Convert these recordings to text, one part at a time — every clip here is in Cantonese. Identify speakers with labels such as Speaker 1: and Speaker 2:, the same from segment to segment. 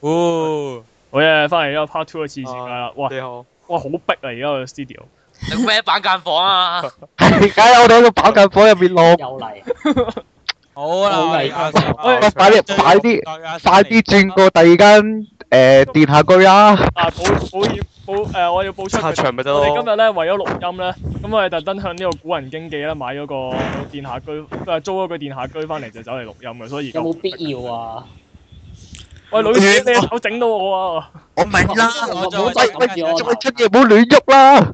Speaker 1: 哦，
Speaker 2: 好嘢，翻嚟呢個 part two 嘅次時
Speaker 3: 啊
Speaker 2: 間啦。哇
Speaker 1: 你好，
Speaker 2: 哇，好逼啊！而家個 studio
Speaker 3: 你 web 版間房啊？
Speaker 4: 而家我哋喺個板間房入面
Speaker 5: 又
Speaker 4: 落，
Speaker 5: 嚟，
Speaker 1: 好
Speaker 6: 啊
Speaker 5: 好
Speaker 1: 啦，
Speaker 5: 嚟
Speaker 1: 阿
Speaker 4: 喂
Speaker 1: 阿
Speaker 4: 快啲快啲快啲轉過第二間誒電下居啊！
Speaker 2: 啊，保保險保誒，我要報出
Speaker 1: 下
Speaker 2: 佢。
Speaker 1: 場咪得
Speaker 2: 我哋今
Speaker 1: 咯。
Speaker 2: 日咧為咗錄音咧，咁我哋特登向呢個古人經紀咧買咗個電下居，誒租咗個電下居翻嚟就走嚟錄音嘅，所以而家
Speaker 5: 有冇必要啊？
Speaker 2: 喂，女
Speaker 3: 嗯
Speaker 2: 仔你手整到我 啊！
Speaker 7: 我明啦，
Speaker 3: 哦
Speaker 5: 我冇再咁
Speaker 4: 再
Speaker 5: 住我
Speaker 4: 出嘢唔好亂喐啦！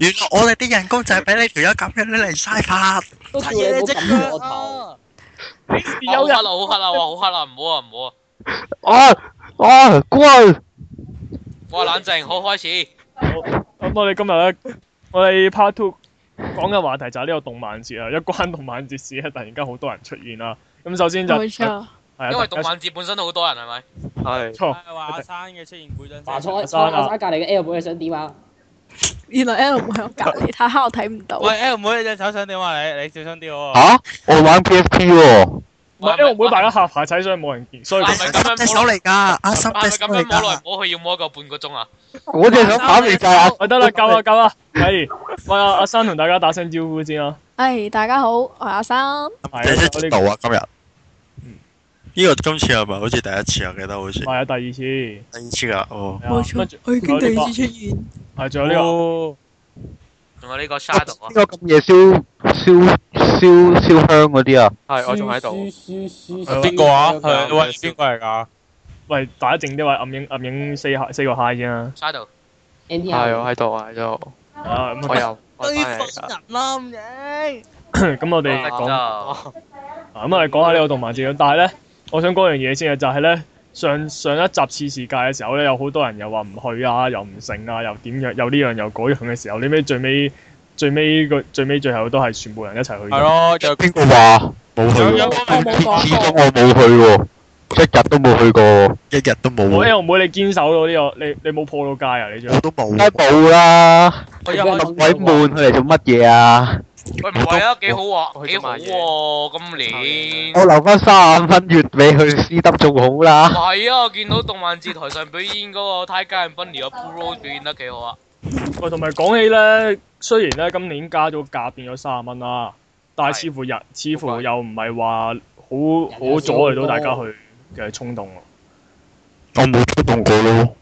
Speaker 7: 原來我哋啲人工就係俾你條友咁樣你嚟嘥法。
Speaker 5: 都叫你唔好冚住我頭。
Speaker 3: 哇好
Speaker 2: 有
Speaker 3: 黑
Speaker 2: 人
Speaker 3: 啦，好黑啦，哇，好黑啦，唔好啊，唔好啊！
Speaker 4: 啊啊，乖！
Speaker 3: 哇，冷靜，好開始。
Speaker 2: 咁我哋今日咧，我哋 part two 講嘅話題就係呢個動漫節啊，一關動漫節事咧，突然間好多人出現啦。咁首先就
Speaker 8: 冇
Speaker 2: 係
Speaker 8: 錯，
Speaker 2: 啊，
Speaker 3: 因為
Speaker 2: 大
Speaker 3: 動
Speaker 2: 家
Speaker 3: 漫節本身都好多人係咪？
Speaker 1: 係
Speaker 2: 錯
Speaker 6: 華山嘅出現每陣
Speaker 5: 嗱，
Speaker 6: 聲，
Speaker 5: 坐坐阿山隔離嘅 L 妹你想點啊？
Speaker 8: 原來 L 唔喺我隔離，太黑我睇唔到。
Speaker 6: 喂 L 妹你隻手想點啊你？你小心啲喎。
Speaker 4: 嚇，我玩 PSP 喎，
Speaker 2: 唔係因為每大家下排仔，所以冇人見，所以
Speaker 3: 係咪咁樣
Speaker 7: 隻手嚟㗎，阿心
Speaker 3: 係
Speaker 7: 隻
Speaker 3: 咪咁
Speaker 7: 手嚟
Speaker 3: 樣摸來
Speaker 7: 㗎。
Speaker 3: 摸去要摸夠半個鐘啊？
Speaker 4: 我隻手打嚟就係啊阿
Speaker 2: 喂得啦，夠啦夠啦，係喂阿阿生同大家打聲招呼先啦。啊
Speaker 8: 唉，哎大家好，我係阿生。
Speaker 2: 係啊，我呢嗯
Speaker 7: 啊？今日呢個今次係咪好似第一次啊？記得好似
Speaker 2: 係啊，第二次。
Speaker 7: 第二次啊，哦。
Speaker 2: 係啊跟住
Speaker 8: 我已
Speaker 2: 經第二次
Speaker 8: 次出現。
Speaker 2: 係仲有呢個
Speaker 4: 哦
Speaker 3: 仲有呢個 shadow 啊
Speaker 4: 呢，個咁夜燒燒燒燒香嗰啲啊！
Speaker 1: 係，我仲喺度。
Speaker 5: 度
Speaker 1: 邊個啊？係喂，邊個嚟㗎？
Speaker 2: 喂，大家靜啲喂，暗影暗影 say hi- say 個 hi 先啊啦。
Speaker 1: 係，
Speaker 3: shadow
Speaker 1: 我
Speaker 5: ？NTR
Speaker 1: 喺度，我喺度，
Speaker 2: 啊咁
Speaker 1: 我又我
Speaker 6: 對
Speaker 1: 翻嚟
Speaker 6: 方
Speaker 1: 㗎。
Speaker 6: 人啦，唔影。
Speaker 2: 咁我哋
Speaker 3: 啊
Speaker 2: 講。
Speaker 3: 就
Speaker 2: 啊咁我哋講下呢個動漫節，但係咧，我想講樣嘢先嘅，就係咧上上一集次世界嘅時候咧，有好多人又話唔去啊，又唔成啊，又點樣，又呢樣又嗰樣嘅時候，你尾最尾最尾個最尾最後都係全部人一齊去。
Speaker 1: 係。咯，就
Speaker 4: 邊個話冇去
Speaker 1: 有有
Speaker 4: 喎？
Speaker 1: 個
Speaker 8: 我冇講
Speaker 4: 始終我冇去喎，一日都冇去過喎。
Speaker 7: 一日都
Speaker 5: 嗯
Speaker 7: 冇
Speaker 2: 我
Speaker 7: 喎，
Speaker 2: L 妹你堅守到呢個，你你冇破到街啊！你仲
Speaker 7: 我都冇
Speaker 4: 梗係
Speaker 7: 喎。
Speaker 4: 冇啦，
Speaker 1: 我又
Speaker 4: 咁鬼悶，佢嚟做乜嘢啊？
Speaker 3: 喂唔係啊，幾好
Speaker 1: 我
Speaker 3: 喎，
Speaker 1: 去
Speaker 3: 幾
Speaker 1: 咗
Speaker 3: 好
Speaker 1: 買嘢
Speaker 3: 喎，今年
Speaker 4: 我。留翻三十五蚊月尾去私得仲好啦。
Speaker 3: 係啊，我見到動漫節台上表演嗰個 Tiger and Bunny 嘅 Pro 表演得幾好啊！
Speaker 2: 喂，同埋講起咧，雖然咧今年加咗價變咗三十蚊啦，但係
Speaker 3: 係
Speaker 2: 似乎人似乎又唔係話好好阻礙到大家去嘅衝動喎。
Speaker 4: 我冇出動過咯。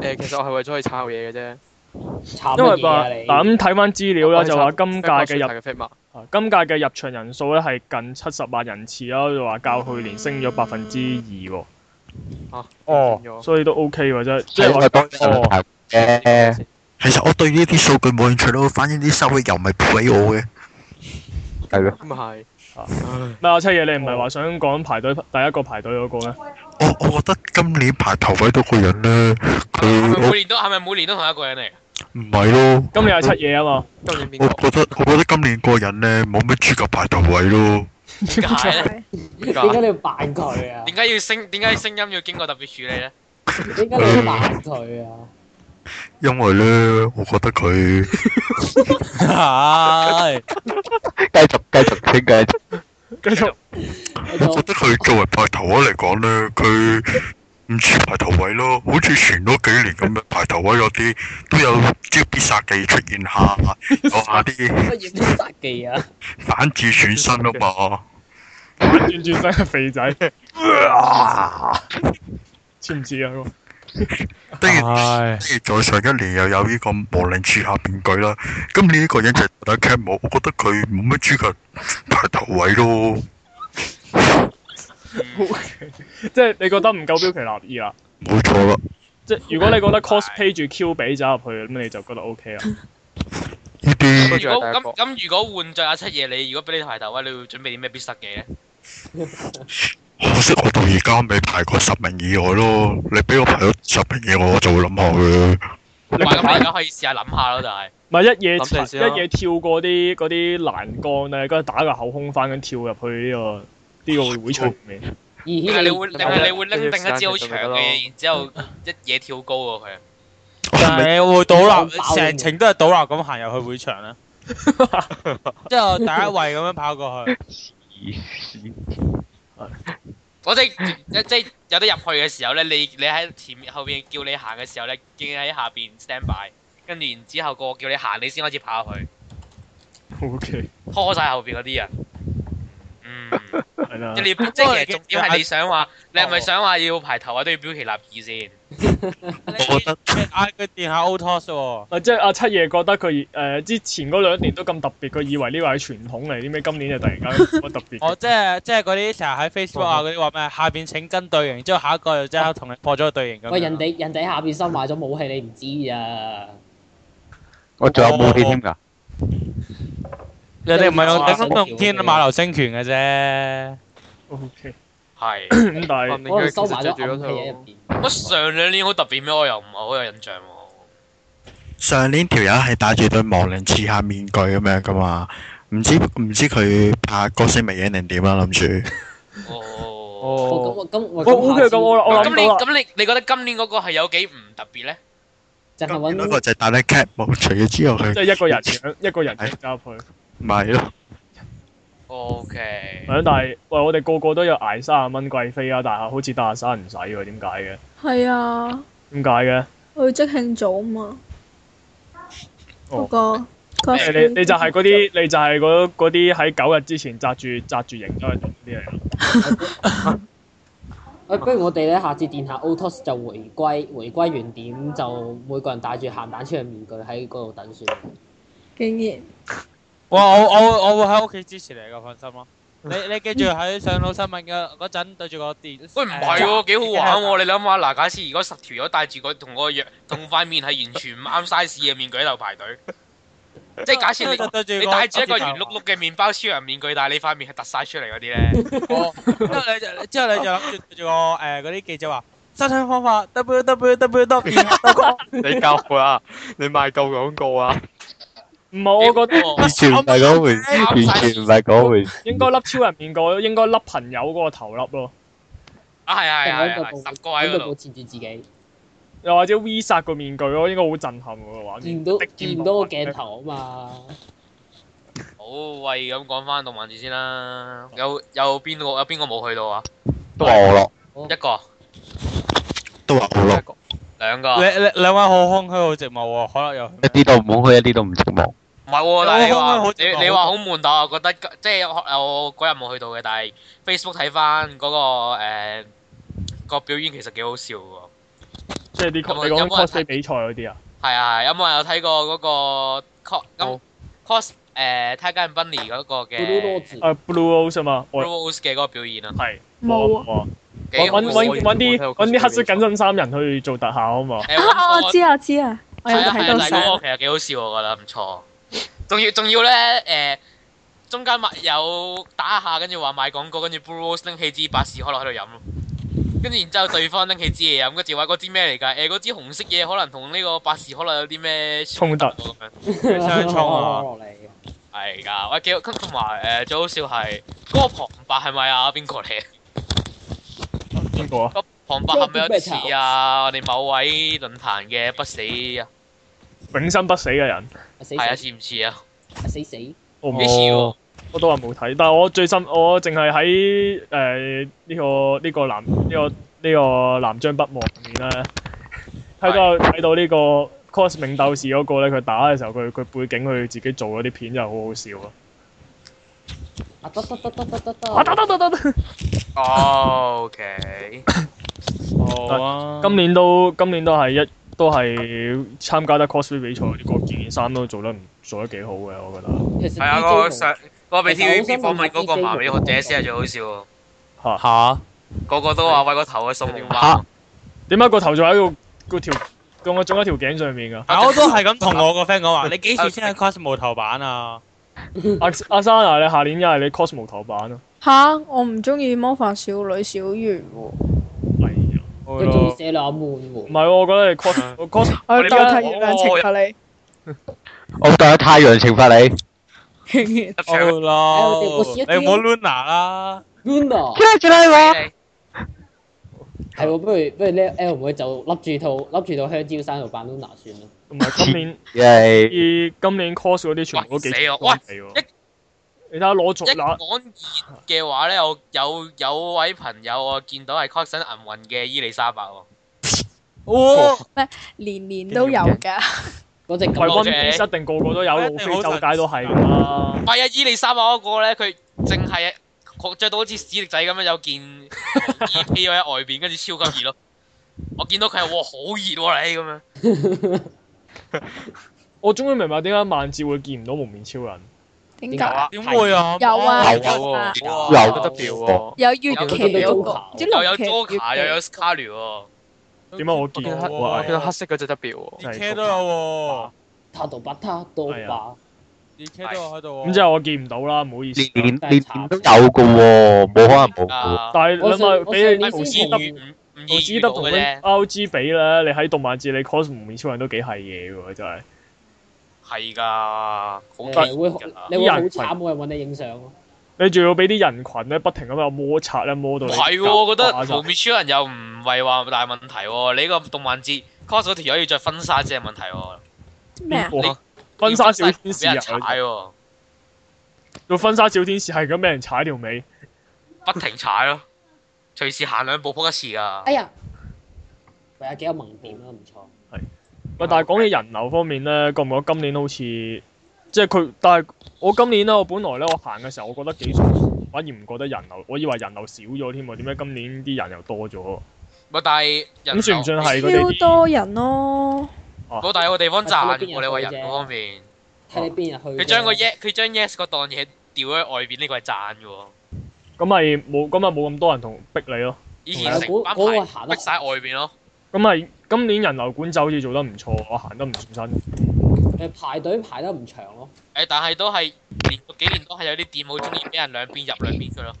Speaker 1: 誒，其實我係為咗去抄嘢嘅啫。
Speaker 5: 慘
Speaker 2: 因
Speaker 5: 乜
Speaker 2: 為
Speaker 5: 嘢啊
Speaker 2: 話
Speaker 5: 你？
Speaker 2: 嗱咁睇翻資料啦，就話今屆嘅入
Speaker 1: 嘅 f i t
Speaker 2: 啊今屆嘅入場人數咧係近七十萬人次啦，就話較去年升咗百分之二喎，
Speaker 1: 哦，
Speaker 2: 所以都 OK 喎，真係即
Speaker 4: 即
Speaker 2: 係
Speaker 4: 係我當
Speaker 2: 話哦，
Speaker 4: 時誒，
Speaker 7: 其實我對呢啲數據冇興趣咯，反正啲收益又唔係賠俾我嘅。
Speaker 4: 係咯，
Speaker 1: 咁係。
Speaker 2: 咩啊七爺，你唔係話想講排隊第一個排隊嗰個咩？
Speaker 7: 我我覺得今年排頭位嗰個人咧，
Speaker 3: 係咪
Speaker 7: 佢
Speaker 3: 每年都係咪每年都同一個人嚟㗎？
Speaker 7: 我唔係咯。
Speaker 2: 今年係七爺啊嘛，
Speaker 1: 今年邊
Speaker 7: 我
Speaker 1: 個？
Speaker 7: 覺得我覺得今年個人咧冇乜資格排頭位咯。
Speaker 3: 點解咧？
Speaker 1: 邊
Speaker 5: 點解
Speaker 1: 個？
Speaker 5: 你要扮佢啊？
Speaker 3: 點解要聲？點解聲音要經過特別處理咧？
Speaker 5: 點解你要扮佢啊？
Speaker 7: 因為咧，我覺得佢
Speaker 6: 係。
Speaker 4: 繼續繼續傾繼續。
Speaker 2: 繼續
Speaker 5: 你
Speaker 7: 我覺
Speaker 5: 做
Speaker 7: 得佢作為排頭位嚟講咧，佢唔似排頭位咯，好似前嗰幾年咁樣排頭位嗰啲都有招必殺技出現下，有下啲
Speaker 5: 乜嘢必殺技啊？
Speaker 7: 反智轉身啊嘛。
Speaker 2: 轉轉身嘅肥仔，
Speaker 7: 啊
Speaker 2: 似唔似啊？嗰個
Speaker 7: 跟住跟住再上一年又有呢個無令刺客變舉啦。今年呢個人就係打 c a 冇，我覺得佢冇乜資格排頭位咯。
Speaker 2: 即係你覺得唔夠標旗立意啦。
Speaker 7: 冇錯啦，
Speaker 2: 即係如果你覺得 cosplay 住 Q 比走入去，咁你就覺得 OK 啊啦。
Speaker 7: 呢啲
Speaker 3: 如果咁咁，如果換着阿七爺，你如果俾你排頭位，你會準備啲咩必殺技咧？
Speaker 7: 可惜我到而家未排過十名以外咯。你俾我排咗十名以外，我就會諗下佢。
Speaker 3: 唔 係咁，你而家可以試下諗下咯，就係
Speaker 2: 唔係一夜
Speaker 1: 諗定先
Speaker 2: 一
Speaker 1: 啦
Speaker 2: 夜跳過啲嗰啲欄杆咧，跟住打個口空翻，咁跳入去呢個呢個會會場入面。
Speaker 5: 而顯
Speaker 3: 定係你會定係你會
Speaker 1: 你
Speaker 3: 拎定一支好
Speaker 1: 你
Speaker 3: 長
Speaker 1: 咪得咯
Speaker 3: 嘅嘢，然之後 一嘢跳高喎佢。
Speaker 6: 係會倒立，成程都係倒立咁行入去會場啊 啦。之後第一位咁樣跑過去。
Speaker 4: 咦
Speaker 3: 我即係即係有得入去嘅時候咧，你你喺前面後邊叫你行嘅時候咧，已經喺下邊 stand by，跟住然之後個叫你行，你先開始跑入去，
Speaker 2: O K，
Speaker 3: 拖晒後邊嗰啲人。 嗯，
Speaker 2: 係啦
Speaker 3: 即係。你即係其實重點係你想話，你係咪想話要排頭位都要標旗立義先？
Speaker 7: 我覺得
Speaker 6: 嗌佢電下 O Tos 喎，
Speaker 2: 啊，即係阿七爺覺得佢誒、呃之前嗰兩年都咁特別，佢以為呢個係傳統嚟，點解今年就突然間冇乜特 別嘅？
Speaker 6: 我即係即係嗰啲成日喺 Facebook 啊嗰啲話咩下邊請跟隊形，之後下一個就即刻同你破咗個隊形咁樣。
Speaker 5: 喂，人哋人哋下邊收埋咗武器，你唔知啊！
Speaker 4: 我仲有武器添㗎，
Speaker 6: 人哋唔係用頂心動天馬流星拳嘅啫。
Speaker 2: O K，
Speaker 3: 係。
Speaker 2: 咁但係
Speaker 1: 唔
Speaker 5: 我
Speaker 1: 應
Speaker 5: 哋
Speaker 1: 該
Speaker 5: 收埋
Speaker 1: 其實
Speaker 5: 咗
Speaker 1: 着
Speaker 5: 暗
Speaker 1: 住
Speaker 5: 器喺入
Speaker 1: 嗰
Speaker 5: 邊。
Speaker 3: 我上兩年好特別咩？我又唔係好有印象喎。
Speaker 7: 上年條友係戴住對亡靈刺客面具咁樣噶嘛，唔知唔知佢拍哥斯微影定點
Speaker 9: 啊
Speaker 7: 啦，諗住。
Speaker 3: 哦。
Speaker 5: 哦咁
Speaker 2: 哦，
Speaker 5: 我咁我
Speaker 2: 我 O K 咁我我
Speaker 3: 咁
Speaker 2: 諗
Speaker 3: 你
Speaker 2: 到啦，
Speaker 3: 咁你你覺得今年嗰個係有幾唔特別咧？
Speaker 5: 就係
Speaker 7: 嗰個
Speaker 5: 揾
Speaker 7: 就係戴咗 cap 帽，除咗之後
Speaker 2: 即
Speaker 7: 佢
Speaker 2: 係一個 人樣一個人樣加入去。
Speaker 7: 咪係咯，
Speaker 3: O K，
Speaker 2: 係啊，但係喂，我哋個個都有捱三十蚊貴飛啊，但係好似大山唔使喎，點解嘅？
Speaker 8: 係啊，
Speaker 2: 點解嘅？
Speaker 8: 佢即興組嘛，嗰
Speaker 2: 哦
Speaker 8: 個。
Speaker 2: 即
Speaker 8: 嗰
Speaker 2: 係你你就係嗰啲，你就係嗰嗰啲喺九日之前扎住扎住營咗去讀嗰啲嚟咯。
Speaker 5: 喂，啊不如我哋咧下次電下 Otos 就回歸回歸原點，就每個人戴住鹹蛋超人面具喺嗰度等算。
Speaker 8: 竟然
Speaker 6: 哇！我我我會喺屋企支持你噶，放心咯。你你記住喺上老新聞嘅嗰陣對住個電。
Speaker 3: 喂唔係喎，幾好玩喎！你諗下嗱，假設如果十條友戴住個同個樣同塊面係完全唔啱 size 嘅面具喺度排隊，即係假設你
Speaker 6: 對住
Speaker 3: 你戴住一個圓碌碌嘅麵包超人面具，但係你塊面係突晒出嚟嗰啲咧，
Speaker 6: 哦，之後你就之後你就諗住對住個誒嗰啲記者 話申請方法 w w w dot
Speaker 1: 你夠啦，你賣夠廣告啊！
Speaker 2: 唔係， 我覺得
Speaker 3: 哦
Speaker 7: 完全唔係嗰回事，完全唔係嗰回事。
Speaker 2: 應該笠超人面具，應該笠朋友嗰個頭笠咯，
Speaker 3: 啊係啊係啊
Speaker 5: 揾
Speaker 3: 係
Speaker 5: 個
Speaker 3: 啊，
Speaker 5: 布
Speaker 3: 十個喺嗰
Speaker 5: 揾個布
Speaker 3: 度，
Speaker 5: 纏住自己，
Speaker 2: 又或者 V 殺個面具咯，應該好震撼喎個畫面。
Speaker 5: 見到
Speaker 2: 的劍
Speaker 5: 見到個鏡頭啊嘛！
Speaker 3: 好喂咁講翻動漫節先啦，有有邊個有邊個冇去到啊？
Speaker 4: 都話我咯，
Speaker 3: 一個
Speaker 7: 都話我咯，
Speaker 3: 兩個，唔
Speaker 6: 你你兩位好空虛好寂寞喎，可樂又
Speaker 4: 一啲都唔好去，一啲都唔寂寞。
Speaker 3: 係喎，但係你
Speaker 6: 我
Speaker 3: 話
Speaker 6: 我
Speaker 3: 你你話好悶，但係我覺得即係我我嗰日冇去到嘅，但係 Facebook 睇翻嗰個誒個表演其實幾好笑喎。
Speaker 2: 即係啲 cos- 你
Speaker 3: 有
Speaker 2: 講
Speaker 3: 冇人
Speaker 2: cosplay
Speaker 3: 睇
Speaker 2: 比賽嗰啲啊？
Speaker 3: 係啊，係有冇人有睇過嗰個 cos 咁 cos 誒 Tiger and Bunny 嗰個
Speaker 5: 咕嚕多
Speaker 3: 嘅哦
Speaker 5: 字，
Speaker 2: 誒 Blue Rose 啊嘛，我
Speaker 3: Rose 嘅嗰個表演啊？
Speaker 2: 係
Speaker 8: 冇啊！
Speaker 2: 啊！
Speaker 3: 幾
Speaker 2: 揾
Speaker 3: 好
Speaker 2: 揾
Speaker 3: 笑
Speaker 2: 揾揾啲
Speaker 1: 我
Speaker 2: 揾啲黑色緊身衫人去做特效啊嘛！
Speaker 3: 誒
Speaker 8: 啊！我
Speaker 3: 我
Speaker 8: 知啊我知啊，我有
Speaker 3: 係啊
Speaker 8: 睇
Speaker 3: 係啊但
Speaker 8: 到
Speaker 3: 係嗰
Speaker 8: 相。
Speaker 3: 個其實幾好笑，我覺得唔錯。仲要仲要咧誒，中間賣有打下，跟住話賣廣告，跟住 Blue Rose 拎起支百事可樂喺度飲咯。跟住然之後，對方拎起支嘢飲，跟住話嗰支咩嚟㗎？誒，嗰支紅色嘢可能同呢個百事可樂有啲咩
Speaker 2: 衝突
Speaker 3: 咁樣。
Speaker 6: 相衝啊
Speaker 5: 落嚟嘅。
Speaker 3: 係噶，喂，幾好同埋誒最好笑係嗰個旁白係咪啊？邊個嚟啊？
Speaker 2: 邊個啊？
Speaker 3: 個旁白係咪有啲似啊？我哋某位論壇嘅不死啊，
Speaker 2: 永生不死嘅人，
Speaker 5: 死
Speaker 3: 係啊，
Speaker 5: 死
Speaker 3: 似唔似啊？
Speaker 5: 死死，
Speaker 2: 我唔
Speaker 3: 幾似喎，
Speaker 2: 我都話冇睇，但係我最深，我淨係喺誒呢個呢、個南呢、個呢、個南張北望入面咧，睇到睇到呢個 cos 命鬥士嗰個咧，佢打嘅時候，佢佢背景佢自己做嗰啲片真係好好笑啊！
Speaker 5: 啊得得得得得得
Speaker 2: 啊得
Speaker 5: 得，
Speaker 2: 得得得得，
Speaker 3: 哦，OK，
Speaker 6: 好啊。
Speaker 2: 今年都今年都係一都係參加得 cosplay 比賽嗰啲個件衫都做得唔做得幾好嘅，我覺得
Speaker 5: 其實
Speaker 3: 係啊，
Speaker 5: DJ
Speaker 3: 個
Speaker 5: 同
Speaker 3: 上個俾
Speaker 5: 其實我
Speaker 3: TVB
Speaker 5: 想
Speaker 3: 訪
Speaker 5: 問
Speaker 3: 問嗰個
Speaker 5: 下
Speaker 3: 麻
Speaker 5: DJ
Speaker 3: 美學者先係最好笑喎，
Speaker 2: 嚇
Speaker 6: 嚇
Speaker 3: 個個都話喂個頭嘅數目
Speaker 7: 嚇
Speaker 3: 啊，
Speaker 2: 點解個頭仲喺個個條仲喺仲喺條頸上面㗎？
Speaker 3: 啊
Speaker 6: 我都係咁同我個 friend 講話，你幾時先係 cos 無頭版啊？
Speaker 2: 阿阿 Sana，你下年一係你 cos 無頭版啊！
Speaker 8: 吓，我唔中意魔法少女小圓喎。
Speaker 2: 係啊。
Speaker 6: 會
Speaker 5: 佢仲要
Speaker 6: 咯，
Speaker 5: 寫兩悶
Speaker 2: 唔
Speaker 5: 喎。
Speaker 2: 係喎，我覺得你
Speaker 6: 啊
Speaker 2: cos 我 cos
Speaker 8: 我
Speaker 3: 你
Speaker 8: 再
Speaker 3: 冇
Speaker 8: 睇月亮懲罰你，
Speaker 4: 我當係太陽懲罰你。
Speaker 8: 竟 然。
Speaker 3: 一場
Speaker 5: 我哋個
Speaker 6: 咯，
Speaker 5: 小姐
Speaker 6: 哦你唔好 Luna 啦。
Speaker 5: Luna
Speaker 3: 俾
Speaker 5: 係喎，不如不如呢 L 妹就笠住套笠住套香蕉衫度扮 Luna 算啦。
Speaker 2: 同埋今年
Speaker 4: 因為
Speaker 2: 以今年 cos 嗰啲全部都幾
Speaker 3: 喂死我
Speaker 2: 乾地喎
Speaker 3: 喂一
Speaker 2: 你睇下攞
Speaker 3: 一
Speaker 2: 重嗱，
Speaker 3: 講熱嘅話咧，我有有位朋友我見到係 Coxon 銀雲嘅伊麗莎白喎，
Speaker 6: 哇！
Speaker 8: 年年都有㗎。
Speaker 5: 嗰只
Speaker 2: 為
Speaker 5: 咁
Speaker 2: 温
Speaker 3: 我嘅
Speaker 2: 必一定個個都有，
Speaker 6: 我一
Speaker 2: 路
Speaker 6: 定
Speaker 2: 飛
Speaker 6: 好
Speaker 2: 周
Speaker 6: 神
Speaker 2: 街都係㗎啦。
Speaker 3: 唔係啊，伊麗莎白嗰個咧，佢淨係佢着到好似史力仔咁樣有件毛衣披咗喺外邊，跟住超級熱咯。我見到佢係哇好熱喎、你咁樣，
Speaker 2: 我終於明白點解萬智會見唔到蒙面超人。
Speaker 8: 點解？
Speaker 6: 點會啊？
Speaker 8: 有啊
Speaker 6: 有
Speaker 1: 有啊
Speaker 5: 哇
Speaker 1: 有得票喎，
Speaker 8: 有月期嗰個，唔知
Speaker 3: 又有
Speaker 8: 六期
Speaker 3: Joker 又有
Speaker 8: 月
Speaker 3: Scarlet 喎，
Speaker 2: 點解我見
Speaker 6: 有
Speaker 2: 到
Speaker 6: 喎
Speaker 1: 我
Speaker 2: 啊
Speaker 1: 記得黑色嗰只得票喎。
Speaker 2: 真係
Speaker 6: DK 都有喎
Speaker 5: 塔到不塔到
Speaker 2: 係
Speaker 5: 吧？
Speaker 6: ，DK 都有喺度喎。
Speaker 2: 咁即係我見唔到啦，唔好意思。啊
Speaker 4: 年年年年都有噶喎，冇可能冇噶。
Speaker 3: 啊，
Speaker 2: 但係
Speaker 5: 我
Speaker 2: 你
Speaker 5: 上
Speaker 2: 咪
Speaker 5: 我
Speaker 2: 俾
Speaker 5: 上
Speaker 2: 你
Speaker 5: 年
Speaker 2: 無
Speaker 5: 先
Speaker 2: 知
Speaker 3: 唔
Speaker 5: 同
Speaker 2: 得
Speaker 3: 易唔唔
Speaker 2: 無
Speaker 3: 易
Speaker 2: 知
Speaker 3: 遇
Speaker 2: 得
Speaker 3: 到
Speaker 2: 同
Speaker 3: 嘅
Speaker 2: Win
Speaker 3: 啫，
Speaker 2: RG 比咧，你喺動漫節你 cos 蒙面超人都幾係嘢喎，真係。
Speaker 3: 係㗎，好
Speaker 5: 誒會
Speaker 3: 熱㗎。
Speaker 5: 你會好慘，冇人揾你影相咯。
Speaker 2: 你仲要俾啲人群咧不停咁有摩擦咧，摸到
Speaker 3: 唔
Speaker 2: 你。
Speaker 3: 係喎，我覺得
Speaker 2: 打晒
Speaker 3: 無面超人又唔係話大問題喎。你個動漫節 cos 嗰條友要着婚紗先係問題喎，
Speaker 8: 咩啊？
Speaker 2: 哇婚紗小天使
Speaker 3: 俾人踩
Speaker 2: 啊！
Speaker 3: 喎，
Speaker 2: 做婚紗小天使係咁俾人踩條尾，
Speaker 3: 不停踩咯，隨時行兩步撲一次㗎。
Speaker 5: 哎呀，喂，有幾有萌點啊，唔錯。
Speaker 2: 喂！但係啊講起人流方面咧，覺唔覺今年好似即係佢？但係我今年咧，我本來咧我行嘅時候，我覺得幾舒服，反而唔覺得人流，我以為人流少咗添喎，啊點解今年啲人又多咗？
Speaker 3: 喂，但係人
Speaker 2: 咁算唔
Speaker 3: 流
Speaker 2: 算係佢哋
Speaker 8: 超
Speaker 2: 啲？
Speaker 8: 多人咯，
Speaker 3: 我但係有個地方賺
Speaker 5: 睇你
Speaker 3: 喎，
Speaker 5: 邊日去
Speaker 3: 你話人嗰方面，
Speaker 5: 睇你邊日去啫。
Speaker 3: 佢將個 yes 佢將 yes 嗰檔嘢掉喺外邊，呢個係賺嘅喎。
Speaker 2: 咁咪冇咁咪冇咁多人同逼你咯。
Speaker 3: 以
Speaker 5: 係啊
Speaker 3: 前成
Speaker 5: 嗰
Speaker 3: 班
Speaker 5: 嗰個
Speaker 3: 排
Speaker 5: 行得
Speaker 3: 逼晒外邊咯，
Speaker 2: 咁咪今年人流管制好似做得唔錯，我行得唔算身。
Speaker 5: 誒排隊排得唔長咯。
Speaker 3: 誒，但係都係連續幾年都係有啲店好中意俾人兩邊入兩邊嘅咯。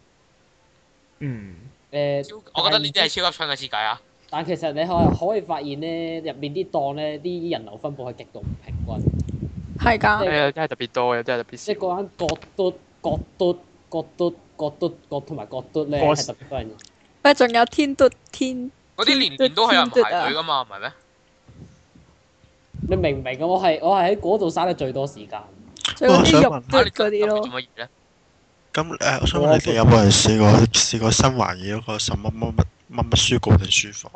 Speaker 2: 嗯，
Speaker 5: 誒，
Speaker 3: 超我覺得呢啲係超級搶嘅設計啊！
Speaker 5: 但其實你可可以發現咧，入面啲檔咧，啲人流分布係極度唔平均。
Speaker 8: 係㗎。
Speaker 1: 誒，有真係特別多，有真係特別
Speaker 5: 即係
Speaker 1: 少。
Speaker 5: 嗰間角嘟、角嘟、角嘟、角嘟、角同埋角嘟咧，
Speaker 2: 角
Speaker 5: 係特別多人。
Speaker 8: 咪仲有天嘟天，
Speaker 3: 嗰啲年年都係有人排隊噶嘛，唔係啊咩？
Speaker 5: 你明唔明啊？我係我係喺嗰度嘥得最多時間。
Speaker 8: 仲有啲
Speaker 9: 我
Speaker 8: 肉
Speaker 9: 想問
Speaker 8: 嘟嗰啲
Speaker 3: 做
Speaker 8: 咯。
Speaker 3: 乜嘢咧？
Speaker 9: 咁誒，我想問你哋有冇人試過試過新環嘢嗰個什麼乜乜乜乜書館定書房？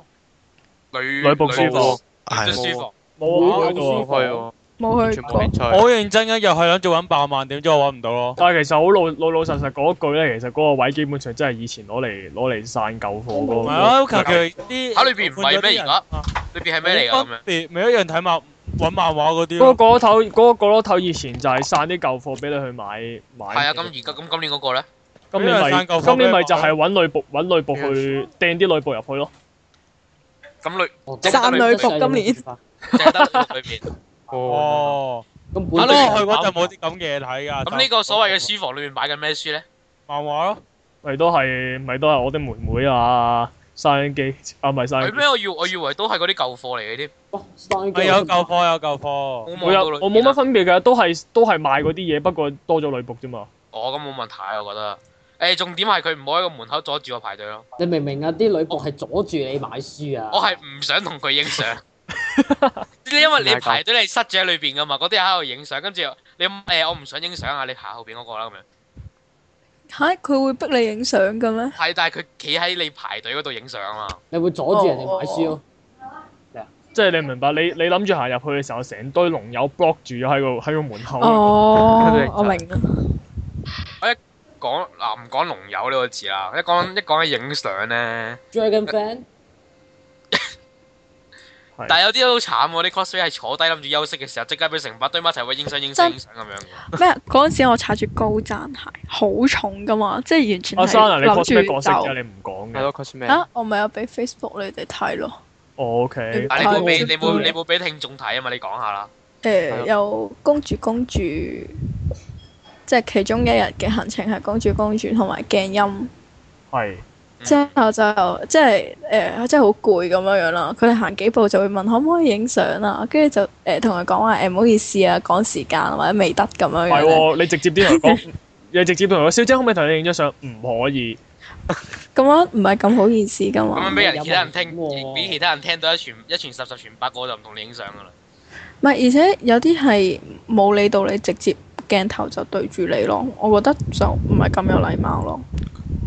Speaker 3: 女
Speaker 2: 女僕書房
Speaker 3: 女僕
Speaker 9: 係
Speaker 3: 書房
Speaker 2: 冇啊
Speaker 5: 會
Speaker 2: 我去過
Speaker 5: 會
Speaker 1: 冇去喎，
Speaker 8: 冇
Speaker 1: 完
Speaker 8: 去
Speaker 1: 全
Speaker 8: 過
Speaker 1: 冇，興趣。
Speaker 6: 我好認真嘅，又係諗住揾爆萬點，知我揾唔到咯。
Speaker 2: 但係其實好老老老實實講一句咧，其實嗰個位基本上真係以前攞嚟攞嚟散舊貨嗰個。
Speaker 6: 唔係啊，求其啲
Speaker 3: 嚇裏邊唔係咩而家
Speaker 6: 啊
Speaker 3: 裏邊係咩嚟㗎咁樣？
Speaker 6: 分別咪一樣睇漫揾漫畫嗰啲
Speaker 2: 嗰
Speaker 6: 咯。
Speaker 2: 個角落頭，嗰、個角落頭以前就係散啲舊貨俾你去買買。
Speaker 3: 係啊，咁而家咁今年嗰個咧，
Speaker 2: 今年
Speaker 6: 俾人
Speaker 2: 咪
Speaker 6: 散舊貨
Speaker 2: 今年咪
Speaker 6: 俾
Speaker 2: 就
Speaker 6: 人買
Speaker 2: 係揾女僕揾女僕去掟啲女僕入去咯。
Speaker 3: 咁 女
Speaker 5: 哦
Speaker 3: 三女
Speaker 8: 服今年
Speaker 3: 淨係得裏邊。
Speaker 1: 哦，
Speaker 6: 哦，
Speaker 5: 咁
Speaker 6: 係咯，
Speaker 5: 本地
Speaker 6: 我去嗰陣冇啲咁嘅嘢睇㗎。
Speaker 3: 咁呢個所謂嘅書房裏面擺緊咩書咧？
Speaker 6: 漫畫咯，
Speaker 2: 咪都係咪都係我的妹妹啊，收音機啊，唔係收音
Speaker 3: 係
Speaker 2: 機
Speaker 3: 咩？我以我以為都係嗰啲舊貨嚟嘅添，
Speaker 5: 哇山腳
Speaker 6: 係有舊貨有舊貨。
Speaker 3: 冇
Speaker 2: 我有
Speaker 3: 望到
Speaker 2: 我冇乜。分別嘅，都係都係賣嗰啲嘢，不過多咗女僕啫嘛。
Speaker 3: 哦，咁冇問題啊，我覺得。誒，重點係佢唔好喺個門口阻住我排隊咯。
Speaker 5: 你明唔明啊？啲女僕係阻住你買書啊！
Speaker 3: 我係唔想同佢影相，因為你排隊你塞住喺裏邊噶嘛，嗰啲人喺度影相，跟住你誒我唔想影相啊，你行後邊嗰個啦咁樣。
Speaker 8: 吓佢會逼你影相嘅咩？
Speaker 3: 係，但係佢企喺你排隊嗰度影相啊嘛。
Speaker 5: 你會阻住人哋買書咯。
Speaker 2: 即係你明白，你你諗住行入去嘅時候，成堆龍友 block 住咗喺個喺個門口。
Speaker 8: 哦，我明啦。
Speaker 3: 講嗱唔講龍友呢個字啦，一講一講起影相咧，
Speaker 5: Dragon Fan
Speaker 2: 係
Speaker 3: 但係有啲都好慘喎，啲 cosplay 係坐低諗住休息嘅時候，即刻俾成班堆埋一齊喂影相影相影相咁樣嘅。
Speaker 8: 咩？嗰陣時我踩住高踭鞋，好重噶嘛，即係完全
Speaker 2: 阿珊啊，
Speaker 8: 係
Speaker 2: 你 cos 咩
Speaker 8: 諗
Speaker 2: 角
Speaker 8: 住
Speaker 2: 色啫？
Speaker 8: 走。
Speaker 2: 你唔講
Speaker 1: 係
Speaker 2: 嘅。
Speaker 1: 咯，cos 咩？
Speaker 8: 啊！我咪有俾 Facebook 你哋睇咯。
Speaker 2: 哦，OK。
Speaker 3: 但係你冇俾
Speaker 8: 係
Speaker 3: 你冇你冇俾聽眾睇啊嘛，你講下啦。
Speaker 1: 係
Speaker 8: 誒
Speaker 1: 咯
Speaker 8: 有公主公主，即係其中一日嘅行程係公主公主同埋鏡音，
Speaker 2: 係。
Speaker 3: 嗯
Speaker 8: 之後就即係呃誒即係好攰咁樣樣啦。佢哋行幾步就會問可唔可以影相啊，跟住就誒同佢講話誒唔好意思啊，趕時間啊或者未得咁樣
Speaker 2: 唔
Speaker 8: 樣
Speaker 2: 係
Speaker 8: 咧。
Speaker 2: 喎，你直接啲同佢講， 你直接同佢講，小姐可唔可以同你影張相？唔可以。
Speaker 8: 咁樣唔係咁好意思噶
Speaker 3: 咁
Speaker 8: 嘛
Speaker 3: 樣。
Speaker 2: 嗯
Speaker 3: 俾人其他人
Speaker 5: 有冇影
Speaker 3: 聽，
Speaker 5: 喎
Speaker 3: 俾其他人聽到一傳一傳十十傳百，我就唔同你影相噶啦。
Speaker 8: 唔係，而且有啲係冇理到你直接鏡頭就對住你咯。我覺得就唔係咁有禮貌咯。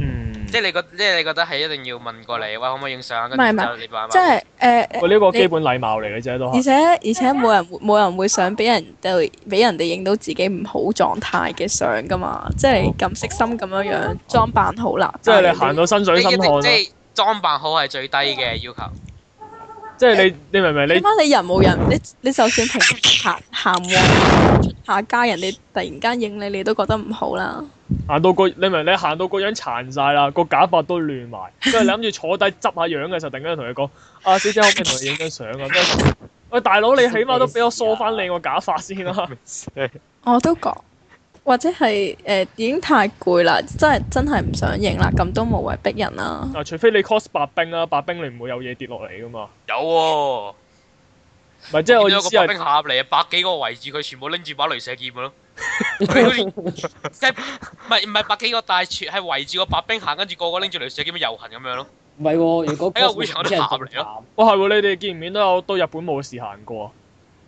Speaker 2: 嗯，
Speaker 3: 即係你覺，即係你覺得係一定要問過你，喂，可唔可以影相啊？跟
Speaker 8: 唔
Speaker 3: 住
Speaker 8: 係唔係
Speaker 3: 就你慢慢
Speaker 8: 即係誒誒，
Speaker 2: 喂，呢個
Speaker 8: 你
Speaker 2: 基本禮貌嚟嘅啫，都
Speaker 8: 而
Speaker 2: 係。
Speaker 8: 且而且冇人會冇人會想俾人哋俾人哋影到自己唔好狀態嘅相噶嘛，即
Speaker 2: 哦
Speaker 8: 係咁悉心咁樣樣裝扮好啦。
Speaker 2: 即係
Speaker 8: 但
Speaker 2: 你行到身
Speaker 3: 你
Speaker 2: 水
Speaker 3: 一
Speaker 2: 身
Speaker 3: 定
Speaker 2: 汗啊
Speaker 3: 即係裝扮好係最低嘅要求。
Speaker 2: 即係你你明唔明？
Speaker 8: 你
Speaker 2: 你
Speaker 8: 媽啊你人冇人，你你就算 平時行行旺下街，人哋突然間影你，你都覺得唔好啦。
Speaker 2: 行到個你明唔明？你行到個樣殘晒啦，個假髮都亂埋，跟住你諗住坐低執下樣嘅時候，突然間同佢講：啊，小姐，可唔可以同你影張相啊？跟住 喂，大佬，你起碼都俾我梳翻你個假髮先啦。
Speaker 8: 我都覺，或者係誒、呃已經太攰啦，真係真係唔想影啦，咁都無謂逼人啦。
Speaker 2: 啊，除非你 cos 白冰啦，白冰你唔會有嘢跌落嚟噶嘛。
Speaker 3: 有喎，
Speaker 2: 唔係，即係我意
Speaker 3: 見到有
Speaker 2: 思
Speaker 3: 個白冰
Speaker 2: 係，
Speaker 3: 盒嚟，百幾個圍住佢，全部拎住把雷射劍嘅咯。佢好似即係唔係唔係百幾個大廚係圍住個白冰行，跟住個個拎住雷射劍遊行咁樣咯。
Speaker 5: 唔係喎，如果
Speaker 3: 喺個會場嗰啲
Speaker 5: 嗰個
Speaker 3: 鹹嚟咯
Speaker 2: 哇係喎，你哋見唔見到有到日本冇事行過啊？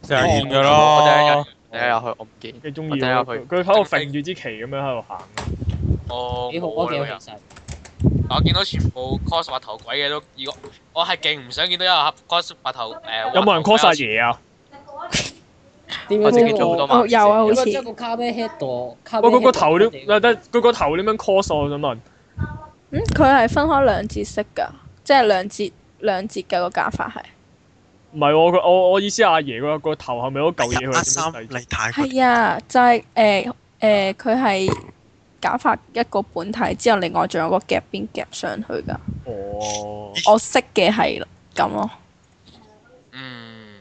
Speaker 6: 成日見㗎
Speaker 3: 哦
Speaker 1: 我
Speaker 6: 咯。
Speaker 1: 第一日去我唔見，
Speaker 2: 幾中意
Speaker 1: 我睇
Speaker 2: 啊
Speaker 1: 下
Speaker 2: 佢佢
Speaker 1: 佢
Speaker 2: 喺度揈住支旗咁樣喺度行。啊
Speaker 3: 哦，
Speaker 5: 幾好
Speaker 3: 冇
Speaker 5: 啊，
Speaker 3: 啊呢個
Speaker 5: 幾好
Speaker 3: 人
Speaker 5: 其實。
Speaker 3: 我見到全部 cos 白頭鬼嘅都，如果我係勁唔想見到有人 cos 白頭誒。
Speaker 2: 有冇人 cos 阿
Speaker 3: 晒？
Speaker 2: 爺啊？
Speaker 5: 點
Speaker 1: 我
Speaker 5: 樣
Speaker 1: 自己做好多
Speaker 5: 將個
Speaker 1: 麻
Speaker 8: 哦有啊好
Speaker 5: 點
Speaker 8: 似
Speaker 5: 樣將個卡咩 head 度？
Speaker 2: 喂，佢個頭
Speaker 5: 頭
Speaker 2: 點？得佢個頭點樣 cos 啊我想問。
Speaker 8: 嗯，佢係分開兩節色㗎，即係兩節兩節嘅個假髮係。
Speaker 2: 唔係喎，佢我我意思係阿爺個個頭係咪嗰嚿嘢佢係
Speaker 7: 哎
Speaker 2: 點
Speaker 9: 阿三
Speaker 2: 樣睇？
Speaker 9: 你太過
Speaker 8: 係啊，就係誒誒，佢係假髮一個本體之後，另外仲有個夾邊夾上去㗎。
Speaker 2: 哦，
Speaker 8: 我識嘅係咁咯，
Speaker 3: 嗯。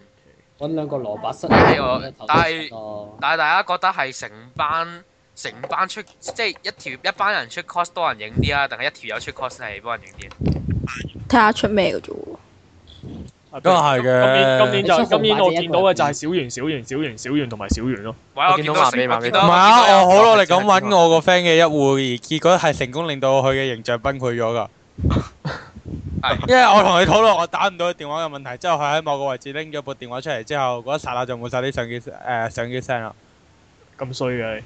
Speaker 5: 揾兩個蘿蔔塞
Speaker 3: 係
Speaker 5: 入
Speaker 3: 喎
Speaker 5: 個頭
Speaker 3: 但
Speaker 5: 度
Speaker 3: 係
Speaker 5: 咯
Speaker 3: 但係大家覺得係成班成班出，即係一條一班人出 cos 多人影啲啊，定係一條友出 cos 係幫人影啲？啊
Speaker 8: 睇下出咩嘅啫喎。
Speaker 6: 都係嘅
Speaker 2: 今年今年就
Speaker 5: 你出
Speaker 2: 今年
Speaker 5: 紅白
Speaker 2: 我
Speaker 5: 隻一
Speaker 2: 見到嘅
Speaker 5: 個
Speaker 2: 就係小圓、小圓、小圓、小圓同埋小圓咯。
Speaker 3: 喂，我
Speaker 1: 我
Speaker 3: 見
Speaker 1: 見
Speaker 3: 到
Speaker 1: 到
Speaker 3: 我見
Speaker 1: 麻
Speaker 3: 到
Speaker 1: 痹
Speaker 3: 見
Speaker 6: 唔
Speaker 3: 到
Speaker 6: 係啊！我好努力咁
Speaker 1: 我見
Speaker 6: 揾
Speaker 1: 到
Speaker 6: 我個 friend 嘅一戶，而結果係成功令到佢嘅形象崩潰咗㗎。
Speaker 3: 係
Speaker 6: 因為我同佢討論我打唔到佢電話嘅問題，之後佢喺某個位置拎咗部電話出嚟之後，嗰一剎那就冇晒啲相機誒相機聲啦。
Speaker 2: 咁衰嘅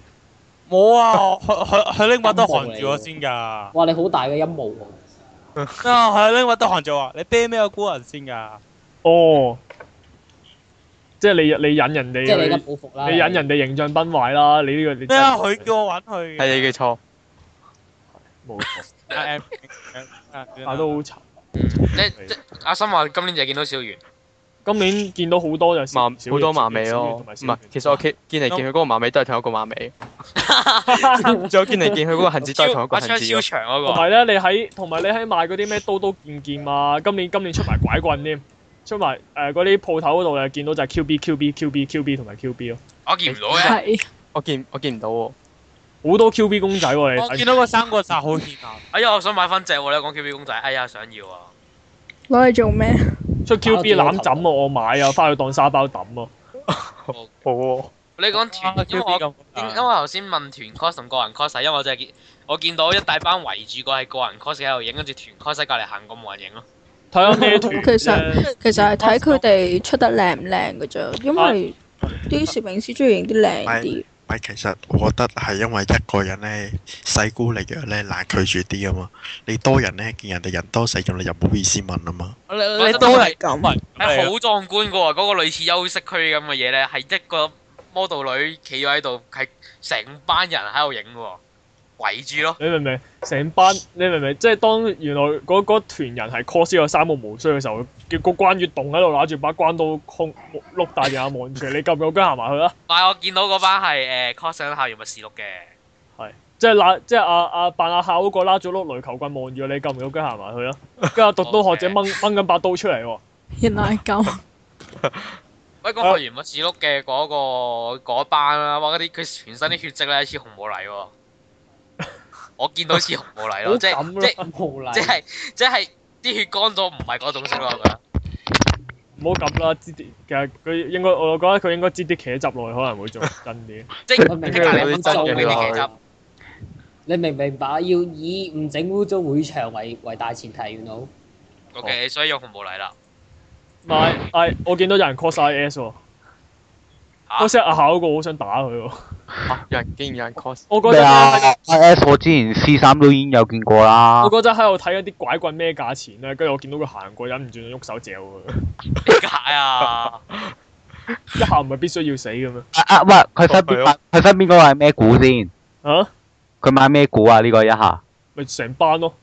Speaker 2: 你，
Speaker 6: 冇 啊！我佢佢佢拎把刀寒住我先㗎。啊！
Speaker 5: 哇！你好大嘅陰毛喎，
Speaker 6: 佢拎把刀寒住我，你啤咩個孤人先㗎？
Speaker 2: 哦，即係你你引人
Speaker 5: 即係你
Speaker 2: 哋
Speaker 5: 嘅
Speaker 2: 去，
Speaker 5: 報復啦。
Speaker 2: 你引人哋形象崩壞啦！你呢個你
Speaker 6: 咩啊？佢叫我揾佢
Speaker 1: 係你嘅錯。
Speaker 2: 冇錯，
Speaker 6: 嘅。
Speaker 2: 但都好慘。
Speaker 3: 你即阿森話今年就見到小圓，
Speaker 2: 今年見到好多就
Speaker 1: 麻
Speaker 2: 小圓
Speaker 1: 好多麻尾
Speaker 2: 小圓
Speaker 1: 咯，
Speaker 2: 同
Speaker 1: 唔
Speaker 2: 埋小
Speaker 1: 係
Speaker 2: 圓，
Speaker 1: 其實我見見嚟見去嗰個麻尾都係同一個麻 尾，仲有見嚟見去嗰個痕子都係同一個啊
Speaker 3: 阿
Speaker 1: 痕
Speaker 3: 昌
Speaker 1: 子
Speaker 3: 超
Speaker 1: 咯。
Speaker 3: 長嗰
Speaker 2: 同
Speaker 3: 個，
Speaker 2: 埋咧，你喺同埋你喺賣嗰啲咩刀刀劍劍啊，今年今年出埋拐棍添，出埋誒嗰啲鋪頭嗰度你見到就係 Q B Q B Q B Q B 同埋 Q B 咯，
Speaker 3: 我見唔到嘅。
Speaker 8: 係
Speaker 1: 我見我見唔到喎，
Speaker 2: 好多 Q B 公仔喎、你
Speaker 6: 我
Speaker 2: 睇
Speaker 6: 見到個三個殺好顯眼。
Speaker 3: 哎呀，我想買翻隻喎，你講 QB 公仔，哎呀，想要啊！
Speaker 8: 攞嚟做咩？
Speaker 2: 出 Q B 攬枕喎，我買啊，翻去當沙包抌啊咯。
Speaker 1: 好
Speaker 2: 哦
Speaker 1: 喎，
Speaker 3: 你講
Speaker 6: 啊
Speaker 3: 團，因為我因為我頭先問團 cos 同個人 cos，係因為我就係見我見到一大班圍住個係個人 cos 喺度影，跟住團 cos 喺隔離行過冇人影咯。
Speaker 2: 睇下咩 團
Speaker 8: 其
Speaker 2: 啫
Speaker 8: 其實係睇佢哋出得靚唔靚嘅啫，因為啲攝影師中意影啲靚啲。
Speaker 9: 咪其實我覺得係因為一個人咧勢孤力弱咧難拒絕啲啊嘛，你多人咧見人哋人多勢眾，你又唔好意思問啊嘛。
Speaker 6: 你
Speaker 3: 你
Speaker 6: 你
Speaker 3: 都
Speaker 8: 係咁
Speaker 6: 啊
Speaker 3: 係啊好壯觀嘅喎，嗰、個類似休息區咁嘅嘢咧，係一個 model 女企咗喺度，係成班人喺度影嘅喎，圍住 咯。
Speaker 2: 你明唔明？成班你明唔明？即係當原來嗰嗰團人係 cos 咗三個無須嘅時候，叫個關月洞喺度拿住把關刀空碌大隻眼望住你，夠唔夠姜行埋去啊？
Speaker 3: 但係我見到嗰班係誒 cos 緊校園密事錄嘅，
Speaker 2: 即係拿即係阿阿扮阿孝嗰個拉咗碌雷球棍望住你，夠唔夠姜行埋去啊？跟住阿讀刀學者掹掹緊把刀出嚟喎，
Speaker 8: 原來係咁，
Speaker 3: 喂，講校園密事錄嘅嗰個嗰班啦，哇！嗰啲佢全身啲血跡咧似紅毛泥喎，我見到似紅毛泥
Speaker 2: 好
Speaker 3: 咯，即
Speaker 2: 咁
Speaker 3: 係即
Speaker 2: 咯，
Speaker 3: 係
Speaker 5: 無賴
Speaker 3: 即。係即係啲血乾咗，唔係嗰種色咯，我覺得。
Speaker 2: 唔好咁啦，知啲其實佢應該我覺得佢應該知啲茄汁落去可能會仲真啲。
Speaker 3: 即係
Speaker 5: 我明
Speaker 3: 即
Speaker 5: 白
Speaker 3: 係隔離
Speaker 5: 你
Speaker 3: 分鐘
Speaker 5: 做
Speaker 3: 嗰啲嘅
Speaker 5: 嘅，你明唔明白？要以唔整污糟會場為為大前提，原來。
Speaker 3: ，OK，所以用紅毛泥啦。
Speaker 2: 唔係，係我見到有人 cos IS 喎
Speaker 3: 嚇
Speaker 2: ，cos 阿孝嗰個好想打佢喎。
Speaker 1: 啊有人竟然有人 cos，
Speaker 2: 我嗰
Speaker 4: 咩
Speaker 2: 陣咧喺
Speaker 4: 啊？IS 我之前 à, C 三都已經有見過啦
Speaker 2: 我。嗰陣喺度睇嗰啲拐棍咩價錢咧，跟住我見到佢行過，忍唔住想喐手嚼佢，
Speaker 3: 點解啊？
Speaker 2: 一下唔係必須要死嘅咩？
Speaker 4: 啊啊喂，佢身
Speaker 1: 係
Speaker 4: 邊
Speaker 1: 咯
Speaker 4: 買佢身邊嗰個係咩股先？
Speaker 2: 啊，
Speaker 4: 佢買咩股啊？呢個一下，
Speaker 2: 咪成班咯，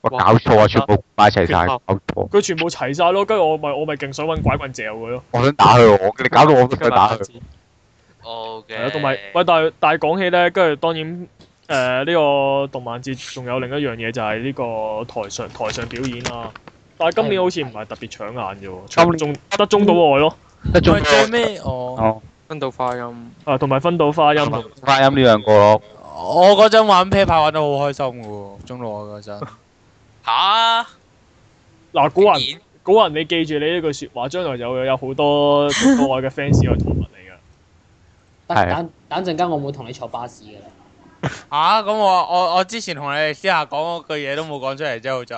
Speaker 4: 我
Speaker 1: 哇
Speaker 4: 搞錯啊！全部買齊晒，
Speaker 1: 缺口
Speaker 4: 搞錯。
Speaker 2: 佢全部齊晒咯，跟住我咪我咪勁想揾拐棍嚼佢咯。
Speaker 4: 我想打佢，我你搞到我都想打佢。
Speaker 3: O K。
Speaker 2: 係啊，同埋喂，但係但係講起咧，跟住當然誒呢個動漫節仲有另一樣嘢就係呢個台上台上表演啦。但係今年好似唔係特別搶眼啫喎，搶中得中島愛咯，
Speaker 4: 得中
Speaker 6: 喂最尾我
Speaker 4: 哦，
Speaker 1: 分到快音，
Speaker 2: 啊同埋分到花音
Speaker 4: 同埋花音呢兩個咯。
Speaker 6: 我嗰陣玩 pair 牌玩得好開心嘅喎，中路我嗰陣。
Speaker 3: 吓，
Speaker 2: 嗱古人。
Speaker 3: 竟
Speaker 2: 古人，你記住你呢句説話，將來有有好多國外嘅 fans 去討論你㗎。
Speaker 5: 得
Speaker 4: 係
Speaker 5: 等等陣間，我唔會同你坐巴士㗎啦。
Speaker 6: 吓咁我我我之前同你哋私下講嗰句嘢都冇講出嚟啫，好在。